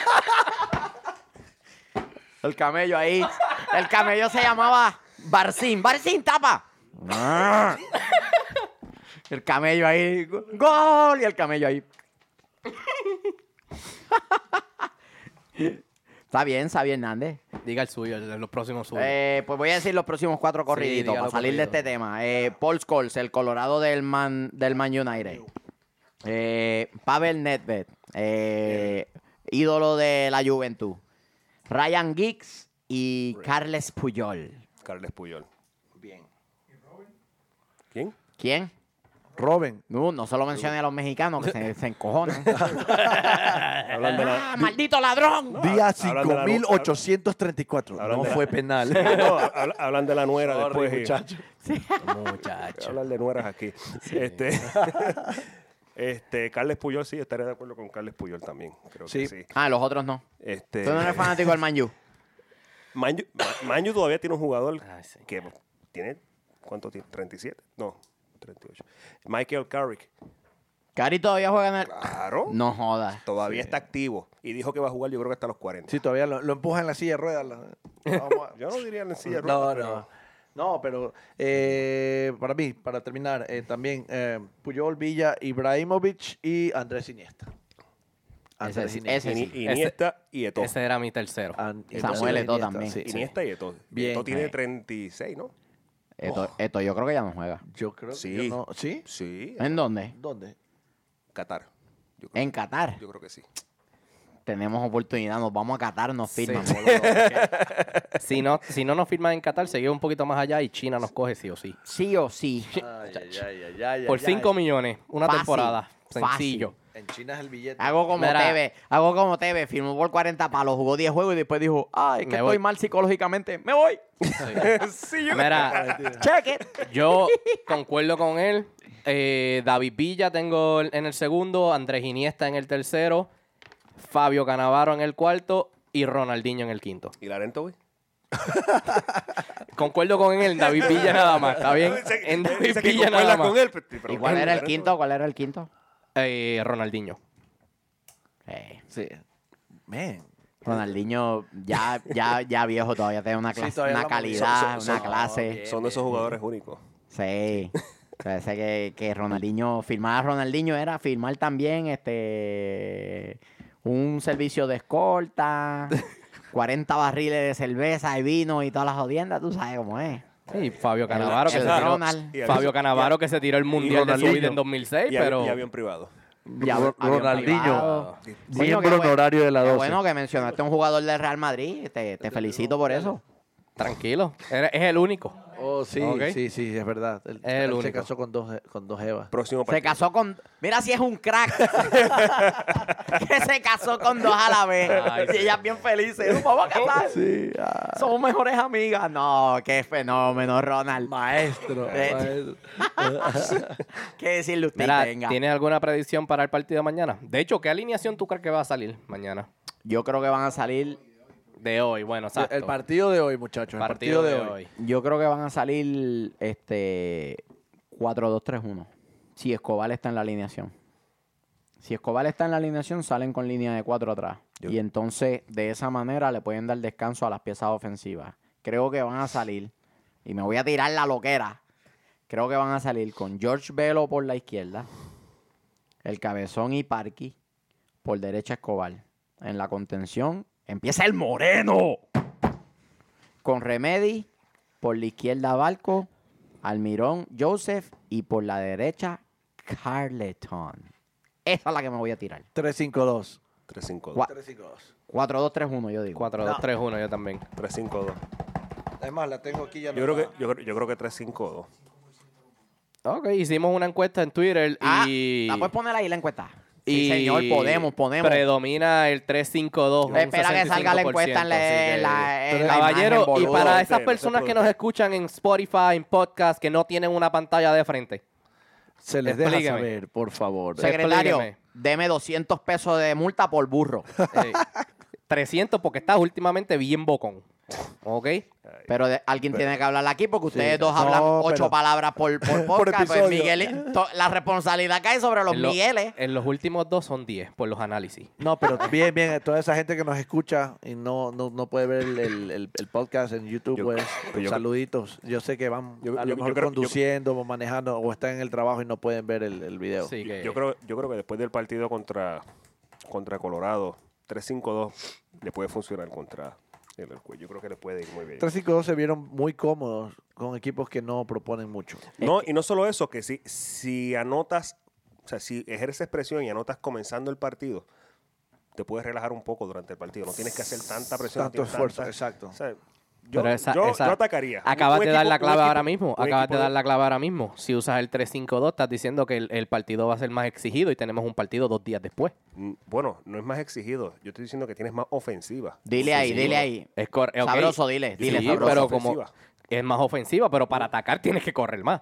Speaker 1: el camello ahí. El camello se llamaba Barcín. Barcín, tapa. el camello ahí. go- Gol. Y el camello ahí. Está bien, Xavi Hernández.
Speaker 4: Diga el suyo, el- los próximos suyos.
Speaker 1: Eh, pues voy a decir los próximos cuatro corriditos
Speaker 4: dígalo
Speaker 1: para salir de
Speaker 4: corrido.
Speaker 1: este tema. Eh, Paul Scholes, el Colorado del Man, del Man United. Eh, Pavel Nedved, eh, ídolo de la juventud. Ryan Giggs y Carles Puyol.
Speaker 3: Carles Puyol.
Speaker 2: Bien.
Speaker 3: ¿Quién?
Speaker 1: ¿Quién?
Speaker 2: Robin.
Speaker 1: No, no se lo mencione a los mexicanos que se, se encojonan.
Speaker 3: Hablando de la-
Speaker 1: ¡Ah, maldito ladrón!
Speaker 2: Día
Speaker 3: hablan de la-
Speaker 2: 5834.
Speaker 3: hablan
Speaker 2: No
Speaker 3: de la-
Speaker 2: fue penal.
Speaker 3: No, habla- hablan de la nuera después. y-
Speaker 4: Muchacho.
Speaker 3: Hablan de nueras aquí. Este, este, Carles Puyol, sí, estaré de acuerdo con Carles Puyol también. Creo
Speaker 2: Sí.
Speaker 3: que sí.
Speaker 1: Ah, los otros no.
Speaker 3: Este,
Speaker 1: Tú no eres fanático del Man U.
Speaker 3: Manju, Ma- Manju todavía tiene un jugador
Speaker 4: Ay, sí.
Speaker 3: que tiene, ¿cuánto tiene? ¿37? No, 38. Michael Carrick.
Speaker 1: Cari todavía juega en el...
Speaker 3: Claro.
Speaker 1: No jodas.
Speaker 3: Todavía está activo. Y dijo que va a jugar, yo creo que hasta los 40.
Speaker 2: Sí, todavía lo, lo empuja en la silla de ruedas. la- vamos a-
Speaker 3: Yo no diría en silla de
Speaker 2: no,
Speaker 3: ruedas,
Speaker 2: no. No, pero eh, para mí, para terminar, eh, también eh, Puyol, Villa, Ibrahimovic y Andrés Iniesta.
Speaker 1: Ese, sí,
Speaker 2: Iniesta.
Speaker 1: ese
Speaker 3: pero- Ini-
Speaker 1: sí.
Speaker 3: Iniesta y Eto'o.
Speaker 4: Ese era mi tercero.
Speaker 2: An-
Speaker 1: Samuel Eto'o
Speaker 2: Iniesta,
Speaker 1: también.
Speaker 2: sí, sí.
Speaker 3: Iniesta y Eto'o.
Speaker 2: Bien.
Speaker 3: Eto'o tiene
Speaker 1: Sí.
Speaker 3: 36, ¿no?
Speaker 1: Esto, esto yo creo que ya no juega.
Speaker 2: Yo creo
Speaker 3: Sí.
Speaker 2: que yo no- ¿Sí?
Speaker 3: Sí.
Speaker 1: ¿En dónde?
Speaker 2: ¿Dónde?
Speaker 3: Qatar. Yo creo,
Speaker 1: En Qatar.
Speaker 3: yo creo que sí.
Speaker 1: Tenemos oportunidad, nos vamos a Qatar, nos
Speaker 4: Sí.
Speaker 1: firman. boludo, porque
Speaker 4: Si no, si no nos firman en Qatar, seguimos un poquito más allá y China nos coge sí o sí.
Speaker 1: Sí o sí.
Speaker 2: Ay, ay, ay, ay, ay,
Speaker 4: Por
Speaker 2: ay,
Speaker 4: 5
Speaker 2: ay.
Speaker 4: millones, una
Speaker 1: Fácil,
Speaker 4: temporada.
Speaker 1: fácil.
Speaker 4: Sencillo.
Speaker 2: En China es el billete.
Speaker 1: Hago como
Speaker 4: Mira.
Speaker 1: TV, hago como TV, firmó por 40 palos, jugó 10 juegos y después dijo, ay, es que
Speaker 4: Me
Speaker 1: estoy
Speaker 4: voy.
Speaker 1: mal psicológicamente, me voy.
Speaker 3: sí, yo
Speaker 4: Mira,
Speaker 1: Check it.
Speaker 4: yo concuerdo con él. Eh, David Villa tengo el- en el segundo, Andrés Iniesta en el tercero, Fabio Canavaro en el cuarto y Ronaldinho en el quinto.
Speaker 3: ¿Y Larento, güey?
Speaker 4: Concuerdo con él en David Villa nada más, ¿está bien?
Speaker 3: Ah, Dice que-
Speaker 4: En David
Speaker 3: dice que
Speaker 4: Villa
Speaker 3: concuerda
Speaker 4: nada más.
Speaker 3: con él, pero- pero
Speaker 1: ¿Y cuál
Speaker 3: bueno,
Speaker 1: era el
Speaker 3: Larento-
Speaker 1: quinto? ¿Cuál era el quinto?
Speaker 4: Eh, Ronaldinho.
Speaker 1: Eh,
Speaker 2: Sí. Man.
Speaker 1: Ronaldinho ya, ya, ya viejo todavía tiene una,
Speaker 2: Sí,
Speaker 1: clase,
Speaker 2: todavía
Speaker 1: una
Speaker 2: la-
Speaker 1: calidad,
Speaker 3: son- son-
Speaker 1: una
Speaker 3: son-
Speaker 1: clase.
Speaker 3: Son de esos jugadores únicos.
Speaker 1: Sí. Parece que, que Ronaldinho, firmar a Ronaldinho era firmar también este un servicio de escolta, 40 barriles de cerveza y vino y todas las jodiendas, tú sabes cómo es.
Speaker 4: Y Fabio Canavaro que
Speaker 1: el
Speaker 4: se tiró.
Speaker 1: Ronald.
Speaker 3: Y había-
Speaker 4: Fabio Canavaro que se tiró el mundial de su
Speaker 2: Ronaldinho.
Speaker 4: vida en 2006,
Speaker 3: Y,
Speaker 4: pero.
Speaker 3: avi- y avión privado.
Speaker 1: Ya,
Speaker 2: Ro-
Speaker 1: avión
Speaker 2: Ronaldinho,
Speaker 1: privado. Coño,
Speaker 2: miembro
Speaker 1: qué bueno-
Speaker 2: honorario de la
Speaker 1: qué
Speaker 2: 12.
Speaker 1: bueno que mencionaste a un jugador del Real Madrid, te, te felicito por eso.
Speaker 4: Tranquilo, era- es el único.
Speaker 2: Oh, sí,
Speaker 4: Ok.
Speaker 2: sí, sí, es verdad. Él,
Speaker 4: Es el
Speaker 2: él se
Speaker 4: único.
Speaker 2: casó con dos, con dos Evas.
Speaker 3: Próximo
Speaker 1: Se
Speaker 3: partido.
Speaker 1: casó con. Mira si es un crack. que se casó con dos a la vez.
Speaker 4: Ay,
Speaker 1: y ellas bien felices. "Nos Vamos a casar.
Speaker 2: Sí, ah,
Speaker 1: Somos mejores amigas. No, qué fenómeno, Ronald.
Speaker 2: maestro.
Speaker 1: Eh,
Speaker 2: maestro.
Speaker 1: ¿Qué decirle usted?
Speaker 4: Mira,
Speaker 1: Venga.
Speaker 4: ¿tienes alguna predicción para el partido de mañana? De hecho, ¿qué alineación tú crees que va a salir mañana?
Speaker 1: Yo creo que van a salir.
Speaker 4: De hoy, bueno, exacto.
Speaker 2: El partido de hoy, muchachos. El partido, de, hoy.
Speaker 1: Yo creo que van a salir este 4-2-3-1. Si Escobar está en la alineación. Si Escobar está en la alineación, salen con línea de 4 atrás.
Speaker 3: Yo-
Speaker 1: Y entonces, de esa manera, le pueden dar descanso a las piezas ofensivas. Creo que van a salir. Y me voy a tirar la loquera. Creo que van a salir con George Velo por la izquierda. El Cabezón y Parky por derecha Escobar. En la contención empieza el Moreno. Con Remedy por la izquierda Barco, Almirón Joseph y por la derecha Carleton. Esa es la que me voy a tirar.
Speaker 2: 3-5-2.
Speaker 3: 3-5-2.
Speaker 1: Gua-
Speaker 2: 3-5-2.
Speaker 1: 4-2-3-1 yo digo.
Speaker 4: 4-2-3-1, yo también.
Speaker 3: 3-5-2.
Speaker 2: Es más, la tengo aquí ya.
Speaker 3: Yo creo que, yo, creo- yo creo que 3-5-2.
Speaker 4: Ok, hicimos una encuesta en Twitter
Speaker 1: Ah,
Speaker 4: y...
Speaker 1: la puedes poner ahí la encuesta.
Speaker 4: y
Speaker 1: Sí, señor, podemos, ponemos.
Speaker 4: Predomina el 3-5-2. con
Speaker 1: Espera que salga la
Speaker 4: 65%,
Speaker 1: encuesta en la,
Speaker 4: así que-
Speaker 1: en la- en la
Speaker 4: Caballero,
Speaker 1: imagen,
Speaker 4: y
Speaker 1: boludo.
Speaker 4: para esas
Speaker 3: Ustedes,
Speaker 4: personas que
Speaker 3: ustedes.
Speaker 4: nos escuchan en Spotify, en podcast, que no tienen una pantalla de frente.
Speaker 2: Se les deja
Speaker 4: Explíqueme.
Speaker 2: saber, por favor.
Speaker 4: Se-
Speaker 1: Secretario,
Speaker 4: explíqueme.
Speaker 1: deme 200 pesos de multa por burro.
Speaker 4: eh, 300 porque estás últimamente bien bocón. ¿Ok?
Speaker 1: Pero de- alguien tiene que hablar aquí porque ustedes dos
Speaker 2: no,
Speaker 1: hablan ocho
Speaker 2: pero-
Speaker 1: palabras por, por podcast. pues,
Speaker 2: episodio.
Speaker 1: Miguel, to- la responsabilidad cae sobre los
Speaker 4: En lo-
Speaker 1: Migueles.
Speaker 4: En los últimos dos son 10 por los análisis.
Speaker 2: No, pero bien, bien. Toda esa gente que nos escucha y no, no, no puede ver el, el- el- el podcast en YouTube,
Speaker 3: Yo-
Speaker 2: pues
Speaker 3: pero yo-
Speaker 2: saluditos. Yo sé que van
Speaker 3: Yo-
Speaker 2: a
Speaker 3: yo-
Speaker 2: lo
Speaker 3: yo
Speaker 2: mejor
Speaker 3: creo- yo-
Speaker 2: conduciendo o manejando o están en el trabajo y no pueden ver el, el video.
Speaker 4: Así que-
Speaker 3: Yo creo, yo creo que después del partido contra, contra Colorado, 3-5-2 le puede funcionar contra el Elkway. Yo creo que le puede ir muy bien.
Speaker 2: 3-5-2 se vieron muy cómodos con equipos que no proponen mucho.
Speaker 3: No, y no solo eso, que si, si anotas, o sea, si ejerces presión y anotas comenzando el partido, te puedes relajar un poco durante el partido. No tienes que hacer tanta presión. no
Speaker 2: Tanto
Speaker 3: tienes
Speaker 2: esfuerzo,
Speaker 3: tanta-
Speaker 2: exacto.
Speaker 3: o sea, yo,
Speaker 4: Pero esa-
Speaker 3: yo-
Speaker 4: esa-
Speaker 3: yo atacaría.
Speaker 4: Acabas
Speaker 3: Un
Speaker 4: de dar
Speaker 3: equipo-
Speaker 4: la
Speaker 3: un
Speaker 4: clave
Speaker 3: equipo-
Speaker 4: ahora mismo.
Speaker 3: un
Speaker 4: Acabas de
Speaker 3: equipo
Speaker 4: dar la clave ahora mismo. Si usas el 3-5-2, estás diciendo que el, el partido va a ser más exigido y tenemos un partido dos días después.
Speaker 3: Mm, Bueno, no es más exigido. Yo estoy diciendo que tienes más ofensiva.
Speaker 1: Dile ahí, dile ahí.
Speaker 4: Es cor- eh, ok.
Speaker 1: Sabroso, dile, dile,
Speaker 4: Sí,
Speaker 1: sabroso.
Speaker 4: pero como
Speaker 3: Ofensiva.
Speaker 4: es más ofensiva, pero para atacar tienes que correr más.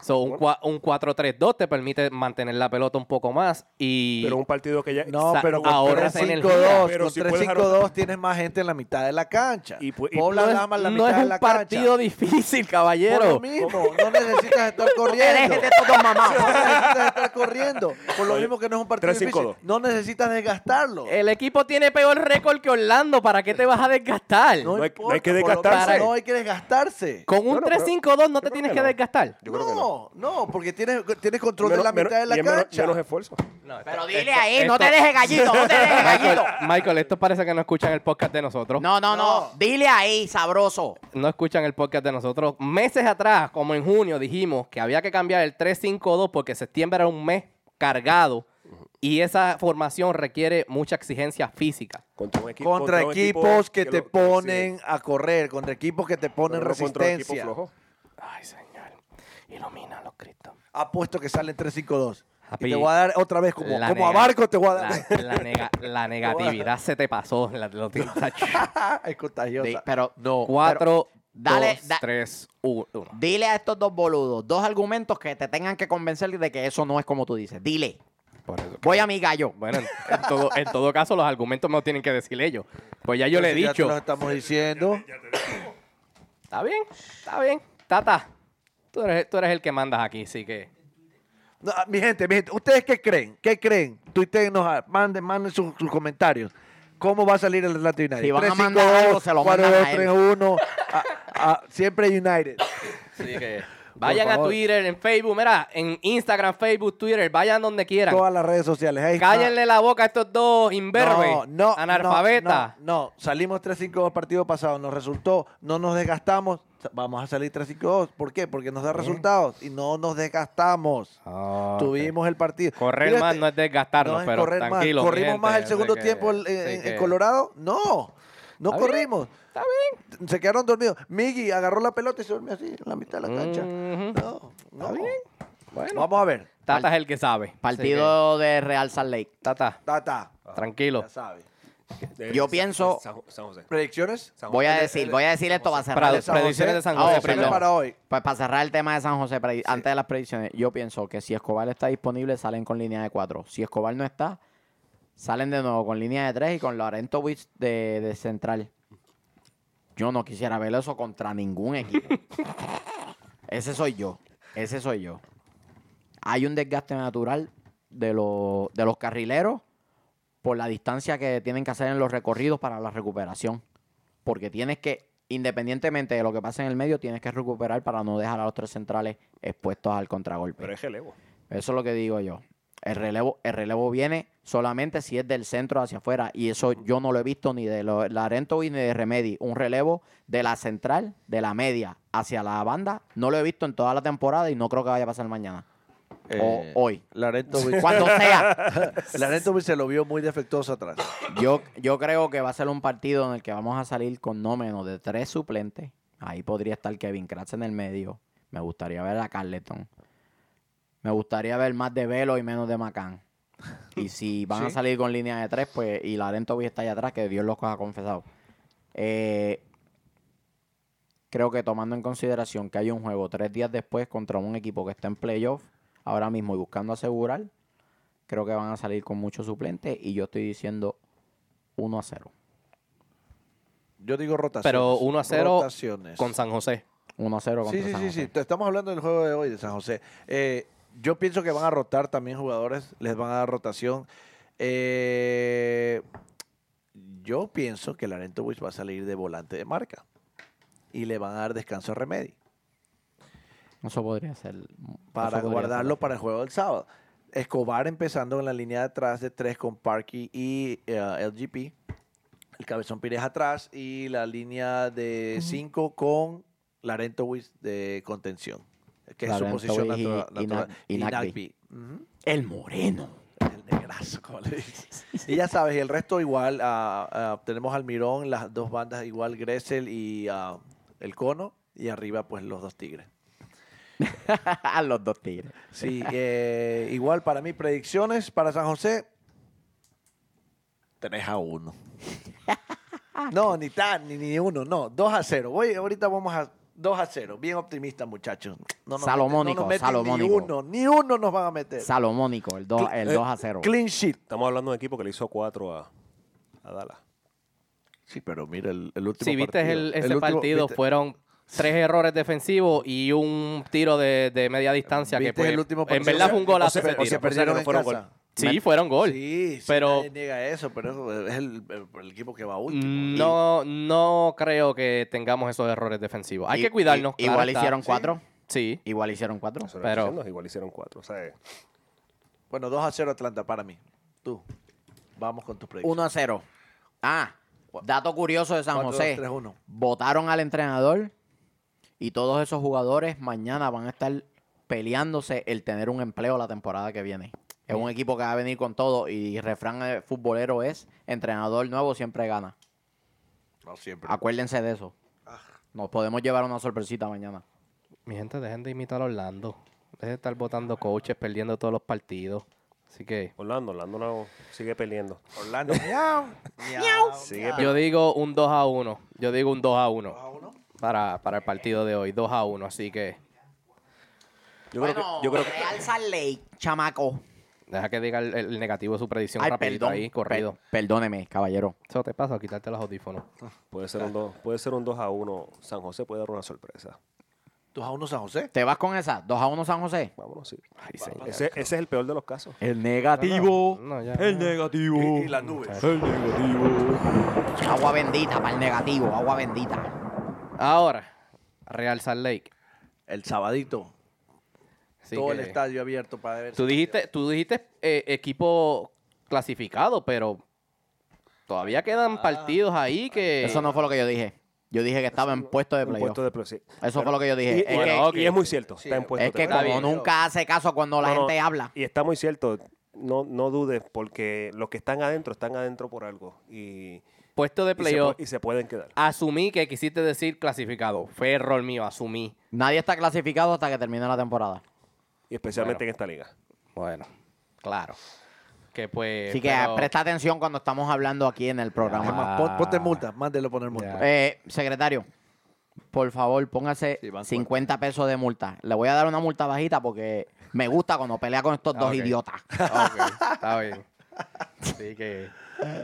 Speaker 4: So, un, cua- un 4-3-2 te permite mantener la pelota un poco más y...
Speaker 3: Pero un partido que ya.
Speaker 2: No,
Speaker 4: Sa-
Speaker 2: pero con
Speaker 4: ahora esa energía.
Speaker 2: 3-5-2,
Speaker 3: Pero
Speaker 2: con
Speaker 3: si puedes
Speaker 2: 3-5-2 tienes más gente en la mitad de la cancha.
Speaker 3: Y pu- y
Speaker 2: Pon la
Speaker 4: no es,
Speaker 2: dama en la
Speaker 4: no
Speaker 2: mitad
Speaker 4: es
Speaker 2: de
Speaker 4: un
Speaker 2: la
Speaker 4: partido
Speaker 2: cancha.
Speaker 4: difícil,
Speaker 2: Por lo
Speaker 4: caballero.
Speaker 2: mismo, no necesitas estar corriendo.
Speaker 1: Dejen de estos dos mamás.
Speaker 2: No necesitas estar corriendo. Por lo
Speaker 3: Oye,
Speaker 2: mismo que no es un partido
Speaker 3: 3-5-2.
Speaker 2: difícil. No necesitas desgastarlo.
Speaker 3: Eh,
Speaker 4: El equipo tiene peor récord que Orlando. ¿Para qué te vas a desgastar?
Speaker 3: no hay-
Speaker 2: importa,
Speaker 3: no hay que
Speaker 2: por lo
Speaker 3: desgastarse.
Speaker 2: menos No hay que desgastarse.
Speaker 4: Con un
Speaker 3: Bueno, pero-
Speaker 4: 3-5-2 no te
Speaker 3: creo
Speaker 4: tienes
Speaker 3: que
Speaker 4: que
Speaker 3: no.
Speaker 4: desgastar.
Speaker 3: Yo creo que no.
Speaker 2: no, no, porque tienes, tienes control de la
Speaker 3: Menos-
Speaker 2: mitad de la
Speaker 3: y es menos-
Speaker 2: cancha.
Speaker 3: menos esfuerzo.
Speaker 1: Pero dile ahí, no te dejes gallito,
Speaker 2: Eh,
Speaker 1: no te dejes
Speaker 4: Michael,
Speaker 1: gallito.
Speaker 4: Michael, esto parece que no escuchan el podcast de nosotros.
Speaker 1: No, no, no,
Speaker 2: No.
Speaker 1: Dile ahí, sabroso.
Speaker 4: No escuchan el podcast de nosotros. Meses atrás, como en junio, dijimos que había que cambiar el 3-5-2 porque septiembre era un mes cargado y esa formación requiere mucha exigencia física.
Speaker 3: Contra, un equi-
Speaker 2: contra,
Speaker 3: contra un equipo
Speaker 2: equipos que, te
Speaker 3: lo-
Speaker 2: ponen
Speaker 3: sí,
Speaker 2: a correr, contra equipos que te ponen
Speaker 3: pero no contra un equipo
Speaker 2: resistencia.
Speaker 3: flojo.
Speaker 4: Ay, Señor. Ilumina los cristos.
Speaker 2: Apuesto que salen 3-5-2.
Speaker 4: Papi,
Speaker 2: Y te voy a dar otra vez, como,
Speaker 4: La
Speaker 2: como a
Speaker 4: nega-
Speaker 2: Barco te voy a dar.
Speaker 4: La, la nega- la negatividad se te pasó. La, lo-
Speaker 2: es
Speaker 1: Di-
Speaker 2: contagiosa.
Speaker 1: pero
Speaker 2: no.
Speaker 4: Cuatro,
Speaker 1: dale,
Speaker 4: dos,
Speaker 1: da-
Speaker 4: tres, u- uno.
Speaker 1: dile a estos dos boludos dos argumentos que te tengan que convencer de que eso no es como tú dices. Dile.
Speaker 4: Por eso.
Speaker 1: Voy a mi gallo.
Speaker 4: Bueno, en, en todo, en todo caso, los argumentos me los tienen que decir ellos. Pues ya yo le he
Speaker 2: Ya te
Speaker 4: dicho.
Speaker 2: lo estamos diciendo.
Speaker 4: Está bien, está bien. Tata, tú eres, tú eres el que mandas aquí, así que.
Speaker 2: No, ah, mi gente, mi gente, ¿ustedes qué creen? ¿Qué creen? Tuítenos, ah, manden, manden sus, sus comentarios. ¿Cómo va a salir el Atlanta United?
Speaker 1: Si van a
Speaker 2: 3-5-2,
Speaker 1: mandar algo, se lo mandan
Speaker 2: 4-2,
Speaker 1: a él.
Speaker 2: 3-1, ah, ah, siempre United.
Speaker 4: Así que vayan a
Speaker 2: favor.
Speaker 4: Twitter, en Facebook, mira, en Instagram, Facebook, Twitter, vayan donde quieran.
Speaker 2: Todas las redes sociales. Ahí está.
Speaker 4: Cállenle la boca a estos dos imberbes,
Speaker 2: No, no,
Speaker 4: analfabetas.
Speaker 2: No, no, no. salimos 3-5-2 partido pasado, nos resultó, no nos desgastamos, sa- vamos a salir 3-5-2. ¿Por qué? Porque nos da resultados y no nos desgastamos.
Speaker 4: Ah, ok.
Speaker 2: Tuvimos el partido.
Speaker 4: Correr
Speaker 2: Fíjate,
Speaker 4: más no es desgastarnos,
Speaker 2: no es
Speaker 4: pero
Speaker 2: correr más.
Speaker 4: tranquilo. mi
Speaker 2: ¿Corrimos
Speaker 4: gente,
Speaker 2: más el
Speaker 4: así
Speaker 2: segundo
Speaker 4: que-
Speaker 2: tiempo en, en-
Speaker 4: así
Speaker 2: en
Speaker 4: que-
Speaker 2: Colorado? No. No
Speaker 4: Está bien,
Speaker 2: corrimos. Está bien. Se quedaron dormidos. Miggy agarró la pelota y se durmió así, en la mitad de la cancha.
Speaker 1: Mm.
Speaker 4: Ujú.
Speaker 2: No, no.
Speaker 4: Bueno.
Speaker 2: Vamos a ver.
Speaker 4: Tata es el que sabe. Así
Speaker 1: Partido de Real Salt Lake.
Speaker 4: que, Tata,
Speaker 2: Tata,
Speaker 4: tranquilo.
Speaker 2: ya sabe.
Speaker 3: De-
Speaker 1: Yo
Speaker 3: San-
Speaker 1: pienso-
Speaker 3: Eh, ah, San, San José.
Speaker 2: ¿Predicciones?
Speaker 3: San
Speaker 1: Voy a
Speaker 3: José.
Speaker 1: decir, voy a decir esto para cerrar.
Speaker 4: Prado-
Speaker 1: el-
Speaker 2: San José.
Speaker 4: predicciones de San
Speaker 1: Ah,
Speaker 4: José.
Speaker 1: opciones
Speaker 4: perdón.
Speaker 2: para hoy.
Speaker 1: Pues para cerrar el tema de San José, para- antes de las predicciones, yo pienso que si Escobar está disponible, salen con línea de cuatro. Si Escobar no está, salen de nuevo con línea de tres y con Laurentowicz de, de central. Yo no quisiera ver eso contra ningún equipo. Ese soy yo. Ese soy yo. Hay un desgaste natural de, los- de los carrileros por la distancia que tienen que hacer en los recorridos para la recuperación. Porque tienes que, independientemente de lo que pase en el medio, tienes que recuperar para no dejar a los tres centrales expuestos al contragolpe.
Speaker 3: Pero es relevo.
Speaker 1: Eso es lo que digo yo. El relevo, el relevo viene solamente si es del centro hacia afuera. Y eso yo no lo he visto ni de lo- Larentovic ni de Remedy. Un relevo de la central, de la media hacia la banda, no lo he visto en toda la temporada y no creo que vaya a pasar mañana.
Speaker 2: Eh,
Speaker 1: o hoy.
Speaker 2: Larentovic-
Speaker 1: Cuando sea.
Speaker 2: Larentovic se lo vio muy defectuoso atrás.
Speaker 1: Yo, yo creo que va a ser un partido en el que vamos a salir con no menos de tres suplentes. Ahí podría estar Kevin Kratz en el medio. Me gustaría ver a Carleton. Me gustaría ver más de Velo y menos de Macán. Y si van a
Speaker 2: Sí.
Speaker 1: salir con línea de tres, pues, y Larentovic está allá atrás, que Dios los ha confesado. Eh, creo que tomando en consideración que hay un juego tres días después contra un equipo que está en playoff ahora mismo y buscando asegurar, creo que van a salir con muchos suplentes y yo estoy diciendo 1 a 0.
Speaker 2: Yo digo rotaciones.
Speaker 4: Pero 1 a 0
Speaker 2: Rotaciones.
Speaker 4: con San José.
Speaker 1: 1 a 0 contra
Speaker 2: Sí, sí,
Speaker 1: San
Speaker 2: sí,
Speaker 1: José.
Speaker 2: sí. Te estamos hablando del juego de hoy de San José. Eh, yo pienso que van a rotar también jugadores, les van a dar rotación. Eh, yo pienso que Larento Wish va a salir de volante de marca y le van a dar descanso a Remedy
Speaker 1: Eso podría ser.
Speaker 2: para
Speaker 1: eso podría
Speaker 2: guardarlo
Speaker 1: ser.
Speaker 2: para el juego del sábado. Escobar empezando en la línea de atrás de tres con Parky y eh, LGP. El Cabezón Pires atrás y la línea de cinco con Larento Wiz de contención. Que es su
Speaker 1: Laurentowicz
Speaker 2: posición
Speaker 1: y-
Speaker 2: natura-
Speaker 1: y
Speaker 2: natural.
Speaker 1: Nag- y Nagby.
Speaker 2: Ujú.
Speaker 1: El Moreno.
Speaker 2: El negrazo, como le dicen. Y ya sabes, y el resto igual. ah, ah, tenemos Almirón, las dos bandas igual, Gressel y ah, el Cono. Y arriba, pues, los dos tigres.
Speaker 1: A los dos tigres.
Speaker 2: Sí, eh, igual para mí, predicciones para San José. 3 a 1. No, ni tan, ni, ni uno, no. 2 a 0. Voy, ahorita vamos a 2 a 0. Bien optimista, muchachos. No meten-
Speaker 1: Salomónico,
Speaker 2: no nos meten
Speaker 1: salomónico.
Speaker 2: Ni uno, ni uno nos van a meter.
Speaker 1: Salomónico, el 2,
Speaker 2: eh,
Speaker 1: el 2 a 0.
Speaker 2: Clean sheet.
Speaker 3: Estamos hablando de un equipo que le hizo 4 a, a Dallas.
Speaker 2: Sí, pero mira, el, el último
Speaker 4: Si viste
Speaker 2: partido.
Speaker 4: el,
Speaker 2: el
Speaker 4: ese
Speaker 2: último-
Speaker 4: partido,
Speaker 2: viste-
Speaker 4: fueron tres errores defensivos y un tiro de, de media distancia. Que
Speaker 2: viste
Speaker 4: pues,
Speaker 2: el último
Speaker 4: en
Speaker 2: partido.
Speaker 4: verdad fue un gol
Speaker 2: O
Speaker 4: hace
Speaker 2: sea,
Speaker 4: ese
Speaker 2: o sea,
Speaker 4: tiro.
Speaker 2: perdieron
Speaker 3: no
Speaker 2: en
Speaker 3: fueron
Speaker 2: casa.
Speaker 4: Sí, fueron gol.
Speaker 2: Sí, sí,
Speaker 4: Pero-
Speaker 2: nadie niega eso, pero eso es el, el- el equipo que va
Speaker 4: Mm.
Speaker 2: último.
Speaker 4: No, no creo que tengamos esos errores defensivos. Hay
Speaker 1: Y-
Speaker 4: que cuidarnos.
Speaker 1: y-
Speaker 4: claro
Speaker 1: igual
Speaker 4: está.
Speaker 1: hicieron 4.
Speaker 4: Sí.
Speaker 1: Igual hicieron 4.
Speaker 3: Eso
Speaker 4: Pero-
Speaker 3: Pero... igual hicieron 4. O sea,
Speaker 2: Bueno, 2 a 0 Atlanta para mí. Tú. Vamos con tus predicciones.
Speaker 1: 1 a 0. Ah, dato curioso de San
Speaker 2: Cuatro,
Speaker 1: José.
Speaker 2: dos, tres, uno.
Speaker 1: Votaron al entrenador y todos esos jugadores mañana van a estar peleándose el tener un empleo la temporada que viene. Es un equipo que va a venir con todo y refrán eh, futbolero es entrenador nuevo siempre gana.
Speaker 2: No siempre.
Speaker 1: Acuérdense de eso. Nos podemos llevar una sorpresita mañana.
Speaker 4: Mi gente, dejen de imitar a Orlando. Dejen de estar votando coaches, perdiendo todos los partidos. Así que
Speaker 3: Orlando, Orlando no sigue peleando.
Speaker 2: Orlando. Miau.
Speaker 3: Sigue
Speaker 4: yo digo un 2 a 1. Yo digo un 2 a 1
Speaker 2: uno.
Speaker 4: para, para el partido de hoy. 2 a 1. Así que
Speaker 3: Yo creo que, yo creo que-
Speaker 1: Real Salt Lake, chamaco.
Speaker 4: deja que diga el, el negativo de su predicción
Speaker 1: Ay,
Speaker 4: rapidito
Speaker 1: perdón.
Speaker 4: ahí, corrido.
Speaker 1: Per- perdóneme, caballero.
Speaker 4: Eso te pasa, quitarte los audífonos.
Speaker 3: puede ser un 2, puede ser un 2 a 1. San José puede dar una sorpresa.
Speaker 2: ¿Tú a uno San José?
Speaker 1: ¿Te vas con esa? ¿2 a 1 San José?
Speaker 3: Vámonos, sí.
Speaker 4: Ay, señor.
Speaker 3: Ese, ese es el peor de los casos.
Speaker 1: El negativo.
Speaker 4: No, ya.
Speaker 2: Y, y
Speaker 4: Mm.
Speaker 2: las nubes. El
Speaker 1: Agua bendita para el negativo, agua bendita.
Speaker 4: Ahora, Real Salt Lake.
Speaker 2: sabadito.
Speaker 4: Así
Speaker 2: todo el
Speaker 4: que-
Speaker 2: estadio abierto para ver.
Speaker 4: Tú dijiste, tú dijiste eh, equipo clasificado, pero todavía quedan partidos ahí que.
Speaker 1: Eso no fue lo que yo dije. Yo dije que estaba en puesto de
Speaker 3: Un
Speaker 1: playoff.
Speaker 3: puesto de playoff, sí.
Speaker 1: Eso fue lo que yo dije.
Speaker 3: Y,
Speaker 1: es,
Speaker 3: y-
Speaker 1: que,
Speaker 4: Bueno, ok.
Speaker 3: y es muy cierto. está en puesto
Speaker 1: es que
Speaker 3: de
Speaker 4: está
Speaker 1: como
Speaker 4: bien.
Speaker 1: nunca hace caso cuando la
Speaker 3: No, no,
Speaker 1: gente habla.
Speaker 3: Y está muy cierto. No, no dudes, porque los que están adentro están adentro por algo. Y
Speaker 4: puesto de
Speaker 3: Y se, pu-
Speaker 4: playoff.
Speaker 3: y se pueden quedar.
Speaker 4: Asumí que quisiste decir clasificado. Fue error mío, asumí.
Speaker 1: Nadie está clasificado hasta que termine la temporada.
Speaker 3: Y especialmente
Speaker 4: Bueno.
Speaker 3: en esta liga.
Speaker 4: Bueno, claro. Que pues.
Speaker 1: Así que
Speaker 4: pero-
Speaker 1: presta atención cuando estamos hablando aquí en el
Speaker 2: Es
Speaker 1: programa.
Speaker 2: más, pon- ponte multa, mándelo poner multa.
Speaker 4: Ya.
Speaker 1: Eh, secretario, por favor, póngase
Speaker 2: Sí, van
Speaker 1: 50 pesos de multa. Le voy a dar una multa bajita porque me gusta cuando pelea con estos
Speaker 4: Ah,
Speaker 1: dos
Speaker 4: ok.
Speaker 1: idiotas.
Speaker 4: Ok, está bien. Así que.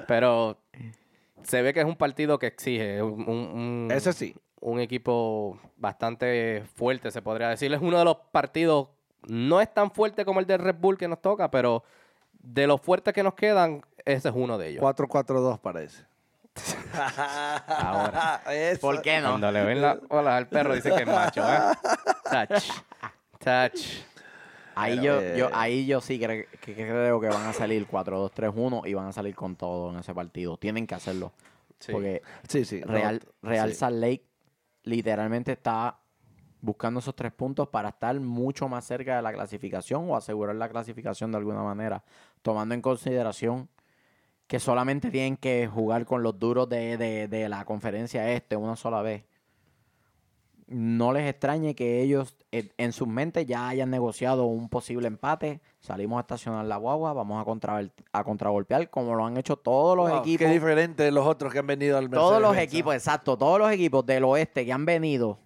Speaker 4: Pero se ve que es un partido que exige. Un, un-
Speaker 1: Mm,
Speaker 4: un-
Speaker 2: Ese sí.
Speaker 4: un equipo bastante fuerte, se podría decir. Es uno de los partidos, no es tan fuerte como el de Red Bull que nos toca, pero de los fuertes que nos quedan, ese es uno de ellos.
Speaker 2: 4-4-2 parece.
Speaker 4: Ahora.
Speaker 2: Eso.
Speaker 1: ¿Por qué no?
Speaker 4: Cuando le ven la olas al perro, dice que es macho, ¿eh? Touch. Touch.
Speaker 1: Ahí yo,
Speaker 2: Pero,
Speaker 1: yo,
Speaker 2: eh,
Speaker 1: ahí yo sí cre- que- que creo que van a salir 4-2-3-1 y van a salir con todo en ese partido. Tienen que hacerlo.
Speaker 4: Sí.
Speaker 1: Porque
Speaker 2: Sí, sí. no,
Speaker 1: Real, Real
Speaker 2: sí.
Speaker 1: Salt Lake literalmente está buscando esos tres puntos para estar mucho más cerca de la clasificación o asegurar la clasificación de alguna manera, tomando en consideración que solamente tienen que jugar con los duros de, de- de la conferencia este una sola vez. No les extrañe que ellos en, en sus mentes ya hayan negociado un posible empate. Salimos a estacionar la guagua, vamos a, contra, a contragolpear como lo han hecho todos los
Speaker 2: Wow,
Speaker 1: equipos.
Speaker 2: Qué diferente de los otros que han venido al
Speaker 1: Todos los
Speaker 2: Mercedes-Benz,
Speaker 1: equipos, exacto, todos los equipos del oeste que han venido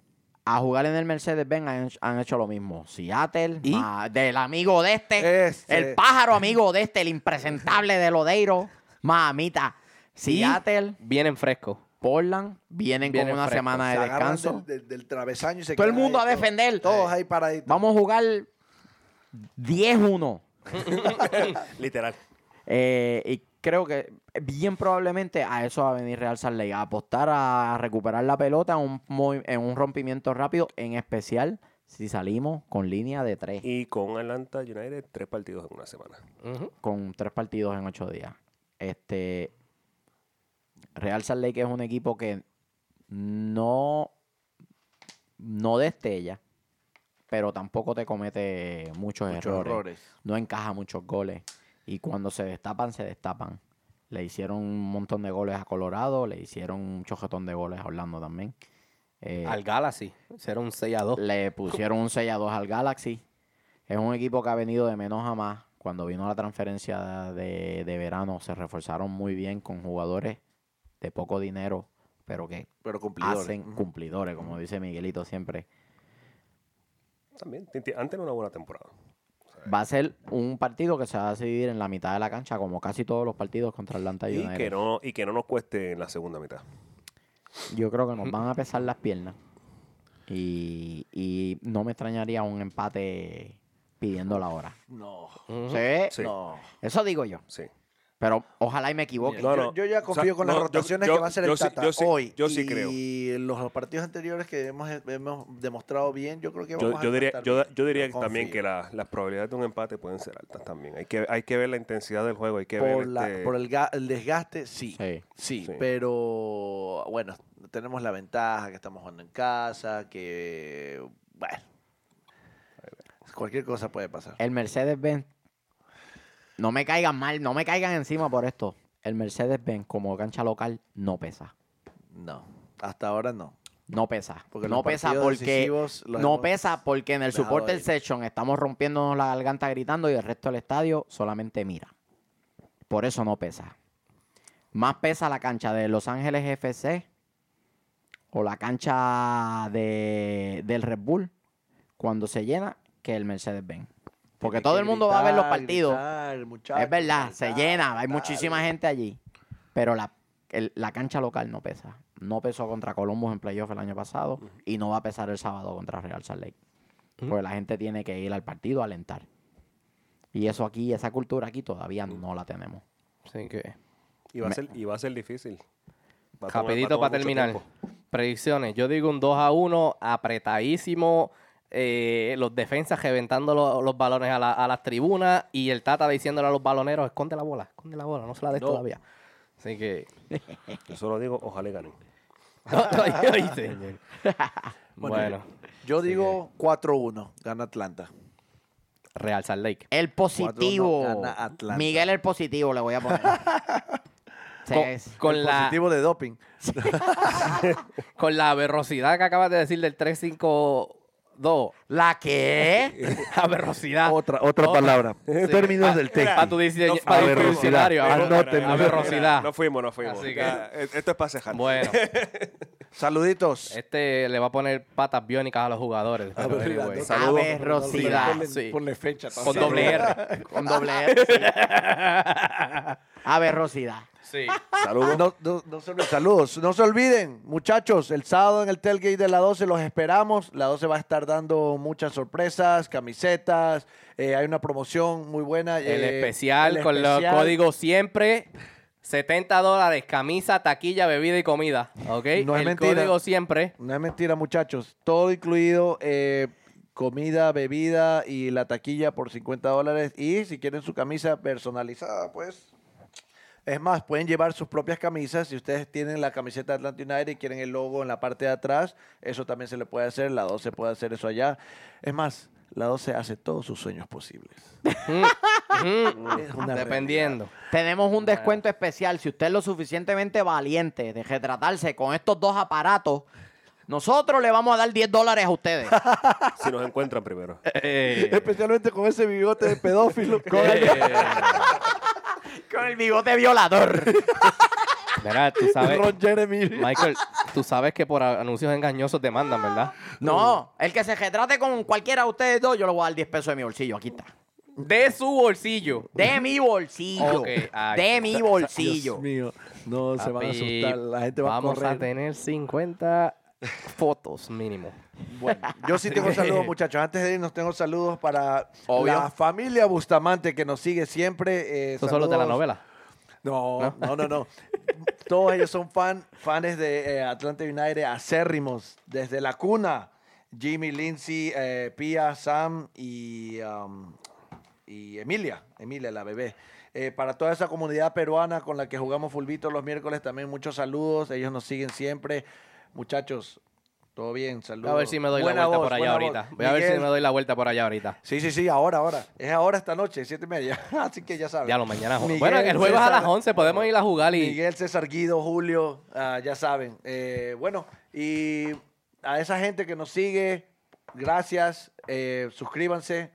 Speaker 1: a jugar en el Mercedes-Benz han, han hecho lo mismo. Seattle,
Speaker 4: ¿Y?
Speaker 1: ma- del amigo de este,
Speaker 2: Ese.
Speaker 1: el pájaro amigo de este, el impresentable de Lodeiro, mamita. Seattle,
Speaker 4: Vienen frescos.
Speaker 1: Portland, vienen
Speaker 4: Vienen
Speaker 1: con una
Speaker 4: frescos.
Speaker 1: semana
Speaker 2: Se
Speaker 1: de
Speaker 2: agarran
Speaker 1: descanso.
Speaker 2: Del, del- del travesaño y se
Speaker 1: Todo el
Speaker 2: quedan
Speaker 1: mundo
Speaker 2: ahí,
Speaker 1: a defender.
Speaker 2: Todos ahí paraditos.
Speaker 1: Vamos a jugar 10-1.
Speaker 3: Literal.
Speaker 1: Eh, y creo que eh, bien probablemente a eso va a venir Real Salt Lake, a apostar a recuperar la pelota en un, movi- en un rompimiento rápido, en especial si salimos con línea de tres,
Speaker 3: Y con Atlanta United, tres partidos en una semana.
Speaker 4: Ujú.
Speaker 1: con tres partidos en ocho días. Este Real Salt Lake es un equipo que no, no destella, pero tampoco te comete muchos,
Speaker 2: Muchos
Speaker 1: errores
Speaker 2: errores.
Speaker 1: no encaja muchos goles. Y cuando se destapan, se destapan. Le hicieron un montón de goles a Colorado, le hicieron un chojetón de goles a Orlando también. Eh,
Speaker 4: Al Galaxy. Será un 6 a 2.
Speaker 1: le pusieron un 6 a 2 al Galaxy. Es un equipo que ha venido de menos a más. Cuando vino la transferencia de, de verano, se reforzaron muy bien con jugadores de poco dinero, pero que
Speaker 2: Pero cumplidores.
Speaker 1: hacen
Speaker 2: Ujú.
Speaker 1: cumplidores, como dice Miguelito siempre.
Speaker 3: También, ti- ti- antes era una buena temporada.
Speaker 1: Va a ser un partido que se va a decidir en la mitad de la cancha, como casi todos los partidos contra Atlanta
Speaker 3: Y
Speaker 1: United.
Speaker 3: que, no, y que no nos cueste en la segunda mitad.
Speaker 1: Yo creo que nos van a pesar las piernas. Y, y no me extrañaría un empate pidiendo la hora.
Speaker 2: No.
Speaker 4: Ujú.
Speaker 1: Sí,
Speaker 3: Sí.
Speaker 2: No.
Speaker 1: Eso digo yo.
Speaker 3: Sí.
Speaker 1: Pero ojalá y me equivoque.
Speaker 2: Yo- yo ya confío con las
Speaker 3: no, yo-
Speaker 2: rotaciones
Speaker 3: yo-
Speaker 2: que va a hacer
Speaker 3: yo
Speaker 2: el
Speaker 3: sí-
Speaker 2: Tata
Speaker 3: yo sí-
Speaker 2: hoy.
Speaker 3: yo sí creo.
Speaker 2: Y los partidos anteriores que hemos, hemos demostrado bien, yo creo que vamos
Speaker 3: Yo,
Speaker 2: a
Speaker 3: yo diría,
Speaker 2: estar
Speaker 3: yo,
Speaker 2: bien.
Speaker 3: yo diría
Speaker 2: Yo
Speaker 3: que también
Speaker 2: confío.
Speaker 3: que la- las probabilidades de un empate pueden ser altas también. Hay que, hay que ver la intensidad del juego, hay que
Speaker 2: por,
Speaker 3: ver
Speaker 2: la-
Speaker 3: este-
Speaker 2: por el, ga- el desgaste, sí.
Speaker 1: Sí.
Speaker 2: sí.
Speaker 3: Sí.
Speaker 2: pero bueno, tenemos la ventaja que estamos jugando en casa, que bueno, cualquier cosa puede pasar.
Speaker 1: El Mercedes-Benz. No me caigan mal, no me caigan encima por esto. El Mercedes-Benz como cancha local no pesa.
Speaker 2: No, hasta ahora no.
Speaker 1: No pesa.
Speaker 2: Porque
Speaker 1: no
Speaker 2: los
Speaker 1: pesa
Speaker 2: partidos
Speaker 1: porque.
Speaker 2: decisivos los
Speaker 1: No
Speaker 2: hemos
Speaker 1: pesa porque en el
Speaker 2: dejado
Speaker 1: support del
Speaker 2: ir.
Speaker 1: section estamos rompiéndonos la garganta gritando y el resto del estadio solamente mira. Por eso no pesa. Más pesa la cancha de Los Ángeles FC o la cancha de, del Red Bull cuando se llena que el Mercedes-Benz. Porque
Speaker 2: Tiene
Speaker 1: todo
Speaker 2: que
Speaker 1: el mundo va a ver los
Speaker 2: gritar,
Speaker 1: partidos.
Speaker 2: gritar, muchachos,
Speaker 1: es verdad, se
Speaker 2: gritar,
Speaker 1: llena, hay
Speaker 2: gritar.
Speaker 1: muchísima gente allí. Pero la, el- la cancha local no pesa. No pesó contra Columbus en playoff el año pasado y no va a pesar el sábado contra Real Salt Lake.
Speaker 4: Ujú.
Speaker 1: Porque la gente tiene que ir al partido a alentar. Y eso aquí, esa cultura aquí todavía no la tenemos.
Speaker 4: Así que.
Speaker 3: y, va a
Speaker 1: me-
Speaker 3: ser, y va a ser difícil. Va a tomar- va a
Speaker 4: Rapidito
Speaker 3: tomar
Speaker 4: para
Speaker 3: mucho
Speaker 4: terminar.
Speaker 3: tiempo.
Speaker 4: Predicciones. Yo digo un 2 a 1, apretadísimo. eh, los defensas reventando lo- los balones a, la- a las tribunas y el Tata diciéndole a los baloneros, esconde la bola, esconde la bola, no se la des
Speaker 2: No.
Speaker 4: todavía. Así que...
Speaker 3: Yo solo digo, ojalá y ganen.
Speaker 4: Ay, señor.
Speaker 2: Bueno,
Speaker 4: bueno,
Speaker 2: Yo digo 4-1, gana Atlanta.
Speaker 4: Real Salt Lake.
Speaker 1: El positivo.
Speaker 2: gana Atlanta.
Speaker 1: Miguel el positivo le voy a poner. Sí,
Speaker 4: con,
Speaker 1: es-
Speaker 4: con
Speaker 2: El
Speaker 4: la,
Speaker 2: positivo de doping.
Speaker 4: con la aberrosidad que acabas de decir del 352.
Speaker 1: ¿La qué?
Speaker 4: aberrosidad.
Speaker 1: Ah,
Speaker 2: Otra, otra palabra. Términos
Speaker 4: Pa-
Speaker 2: del
Speaker 4: mira,
Speaker 2: texto.
Speaker 4: Pa' tu dice-
Speaker 3: No,
Speaker 4: pa' tu
Speaker 2: aberrosidad.
Speaker 4: diccionario,
Speaker 2: Ah,
Speaker 4: aber-
Speaker 2: no, Anoten.
Speaker 3: Mira, mira,
Speaker 4: aberrosidad.
Speaker 3: No fuimos, no fuimos.
Speaker 4: Así que-
Speaker 3: Ya, eh, Esto es para cejar.
Speaker 4: Bueno,
Speaker 2: Saluditos.
Speaker 4: este le va a poner patas biónicas a los jugadores.
Speaker 2: A ver,
Speaker 4: anyway.
Speaker 2: no,
Speaker 3: Saludos.
Speaker 1: Aberrosidad.
Speaker 4: Ponle-
Speaker 5: Sí.
Speaker 4: ponle
Speaker 5: Ponle fecha.
Speaker 4: Con doble R.
Speaker 1: Con doble R. sí. Aberrosidad.
Speaker 4: Sí.
Speaker 3: Saludos.
Speaker 2: No, no- no se olviden. Saludos. No se olviden, muchachos, el sábado en el tailgate de la 12 los esperamos. La 12 va a estar dando muchas sorpresas, camisetas. eh, hay una promoción muy buena.
Speaker 4: El
Speaker 2: eh,
Speaker 4: especial
Speaker 2: el
Speaker 4: con
Speaker 2: especial.
Speaker 4: los códigos siempre. 70 dólares, camisa, taquilla, bebida y comida. ¿Ok?
Speaker 2: No es
Speaker 4: el
Speaker 2: mentira.
Speaker 4: código siempre.
Speaker 2: No es mentira, muchachos. Todo incluido, eh, comida, bebida y la taquilla por 50 dólares. Y si quieren su camisa personalizada, pues... Es más, pueden llevar sus propias camisas. Si ustedes tienen la camiseta Atlanta United y quieren el logo en la parte de atrás, eso también se le puede hacer. La 12 puede hacer eso allá. Es más, la 12 hace todos sus sueños posibles.
Speaker 4: Mm, mm,
Speaker 2: Es una
Speaker 4: Dependiendo.
Speaker 1: Tenemos un descuento especial. Si usted es lo suficientemente valiente de retratarse con estos dos aparatos, nosotros le vamos a dar 10 dólares a ustedes.
Speaker 3: Si nos encuentran primero.
Speaker 4: Eh,
Speaker 2: Especialmente con ese bigote de pedófilo.
Speaker 4: eh,
Speaker 1: con el bigote violador.
Speaker 4: Verá, tú sabes.
Speaker 2: Ron Jeremy.
Speaker 4: Michael, tú sabes que por anuncios engañosos te mandan, ¿verdad?
Speaker 1: No, el que se retrate con cualquiera de ustedes dos, yo le voy a dar 10 pesos de mi bolsillo. Aquí está.
Speaker 4: De su bolsillo.
Speaker 1: De mi bolsillo.
Speaker 4: Ok, ay.
Speaker 1: de mi bolsillo.
Speaker 2: Dios mío, no se van a
Speaker 4: Papi,
Speaker 2: asustar, la gente va a
Speaker 4: Vamos
Speaker 2: correr.
Speaker 4: a tener 50 fotos mínimo.
Speaker 2: Bueno, yo sí tengo saludos, muchachos. Antes de irnos, tengo saludos para
Speaker 4: Obvio.
Speaker 2: la familia Bustamante que nos sigue siempre. eh,
Speaker 4: Eso solo de la
Speaker 2: saludos.
Speaker 4: novela.
Speaker 2: No, no, no, no. Todos ellos son fan, fans de eh, Atlanta United acérrimos, desde la cuna. Jimmy, Lindsay, eh, Pia, Sam y, um, y Emilia, Emilia, la bebé. Eh, para toda esa comunidad peruana con la que jugamos fulbito los miércoles, también muchos saludos. Ellos nos siguen siempre. Muchachos, todo bien,
Speaker 4: Voy
Speaker 2: saludos.
Speaker 4: a ver si me doy
Speaker 2: Buena
Speaker 4: la vuelta
Speaker 2: voz,
Speaker 4: por allá
Speaker 2: buena
Speaker 4: ahorita.
Speaker 2: voz.
Speaker 4: Voy a ver si
Speaker 2: Miguel,
Speaker 4: me doy la vuelta por allá ahorita.
Speaker 2: Sí, sí, sí, ahora, ahora. Es ahora esta noche, siete y media. Así que ya saben.
Speaker 4: Ya lo mañana.
Speaker 2: Miguel,
Speaker 4: bueno, el juego es a
Speaker 2: César,
Speaker 4: las 11, podemos ir a jugar y
Speaker 2: Miguel, César Guido, Julio, ah, ya saben. Eh, bueno, y a esa gente que nos sigue, gracias. eh, suscríbanse,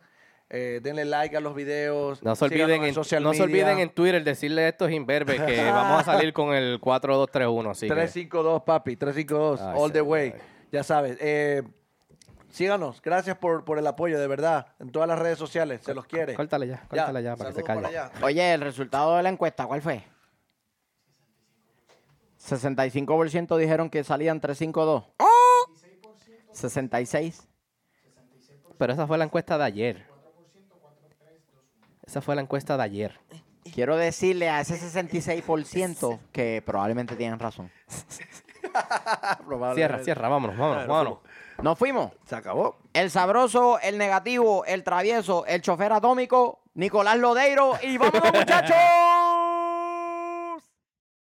Speaker 2: eh, denle like a los videos.
Speaker 4: no se
Speaker 2: síganos
Speaker 4: olviden en,
Speaker 2: social
Speaker 4: no se
Speaker 2: media.
Speaker 4: olviden en Twitter decirle a estos imberbes que vamos a salir con el 4231, así que-
Speaker 2: 352, papi, 352,
Speaker 4: Ay,
Speaker 2: all the
Speaker 4: señor.
Speaker 2: way. Ya sabes. eh, síganos, gracias por, por el apoyo, de verdad. En todas las redes sociales, se los quiere.
Speaker 4: Córtale ya, córtale ya, para que se
Speaker 2: saludos
Speaker 4: calle.
Speaker 2: allá.
Speaker 1: Oye, el resultado de la encuesta, ¿cuál fue? 65% dijeron que salían 352. 66.
Speaker 4: Pero esa fue la encuesta de ayer. Esa fue la encuesta de ayer.
Speaker 1: Quiero decirle a ese 66% que probablemente tienen razón.
Speaker 4: Cierra, cierra, vámonos, vámonos, vámonos.
Speaker 1: ¿No fuimos?
Speaker 2: Se acabó.
Speaker 1: El sabroso, el negativo, el travieso, el chofer atómico, Nicolás Lodeiro y vámonos muchachos.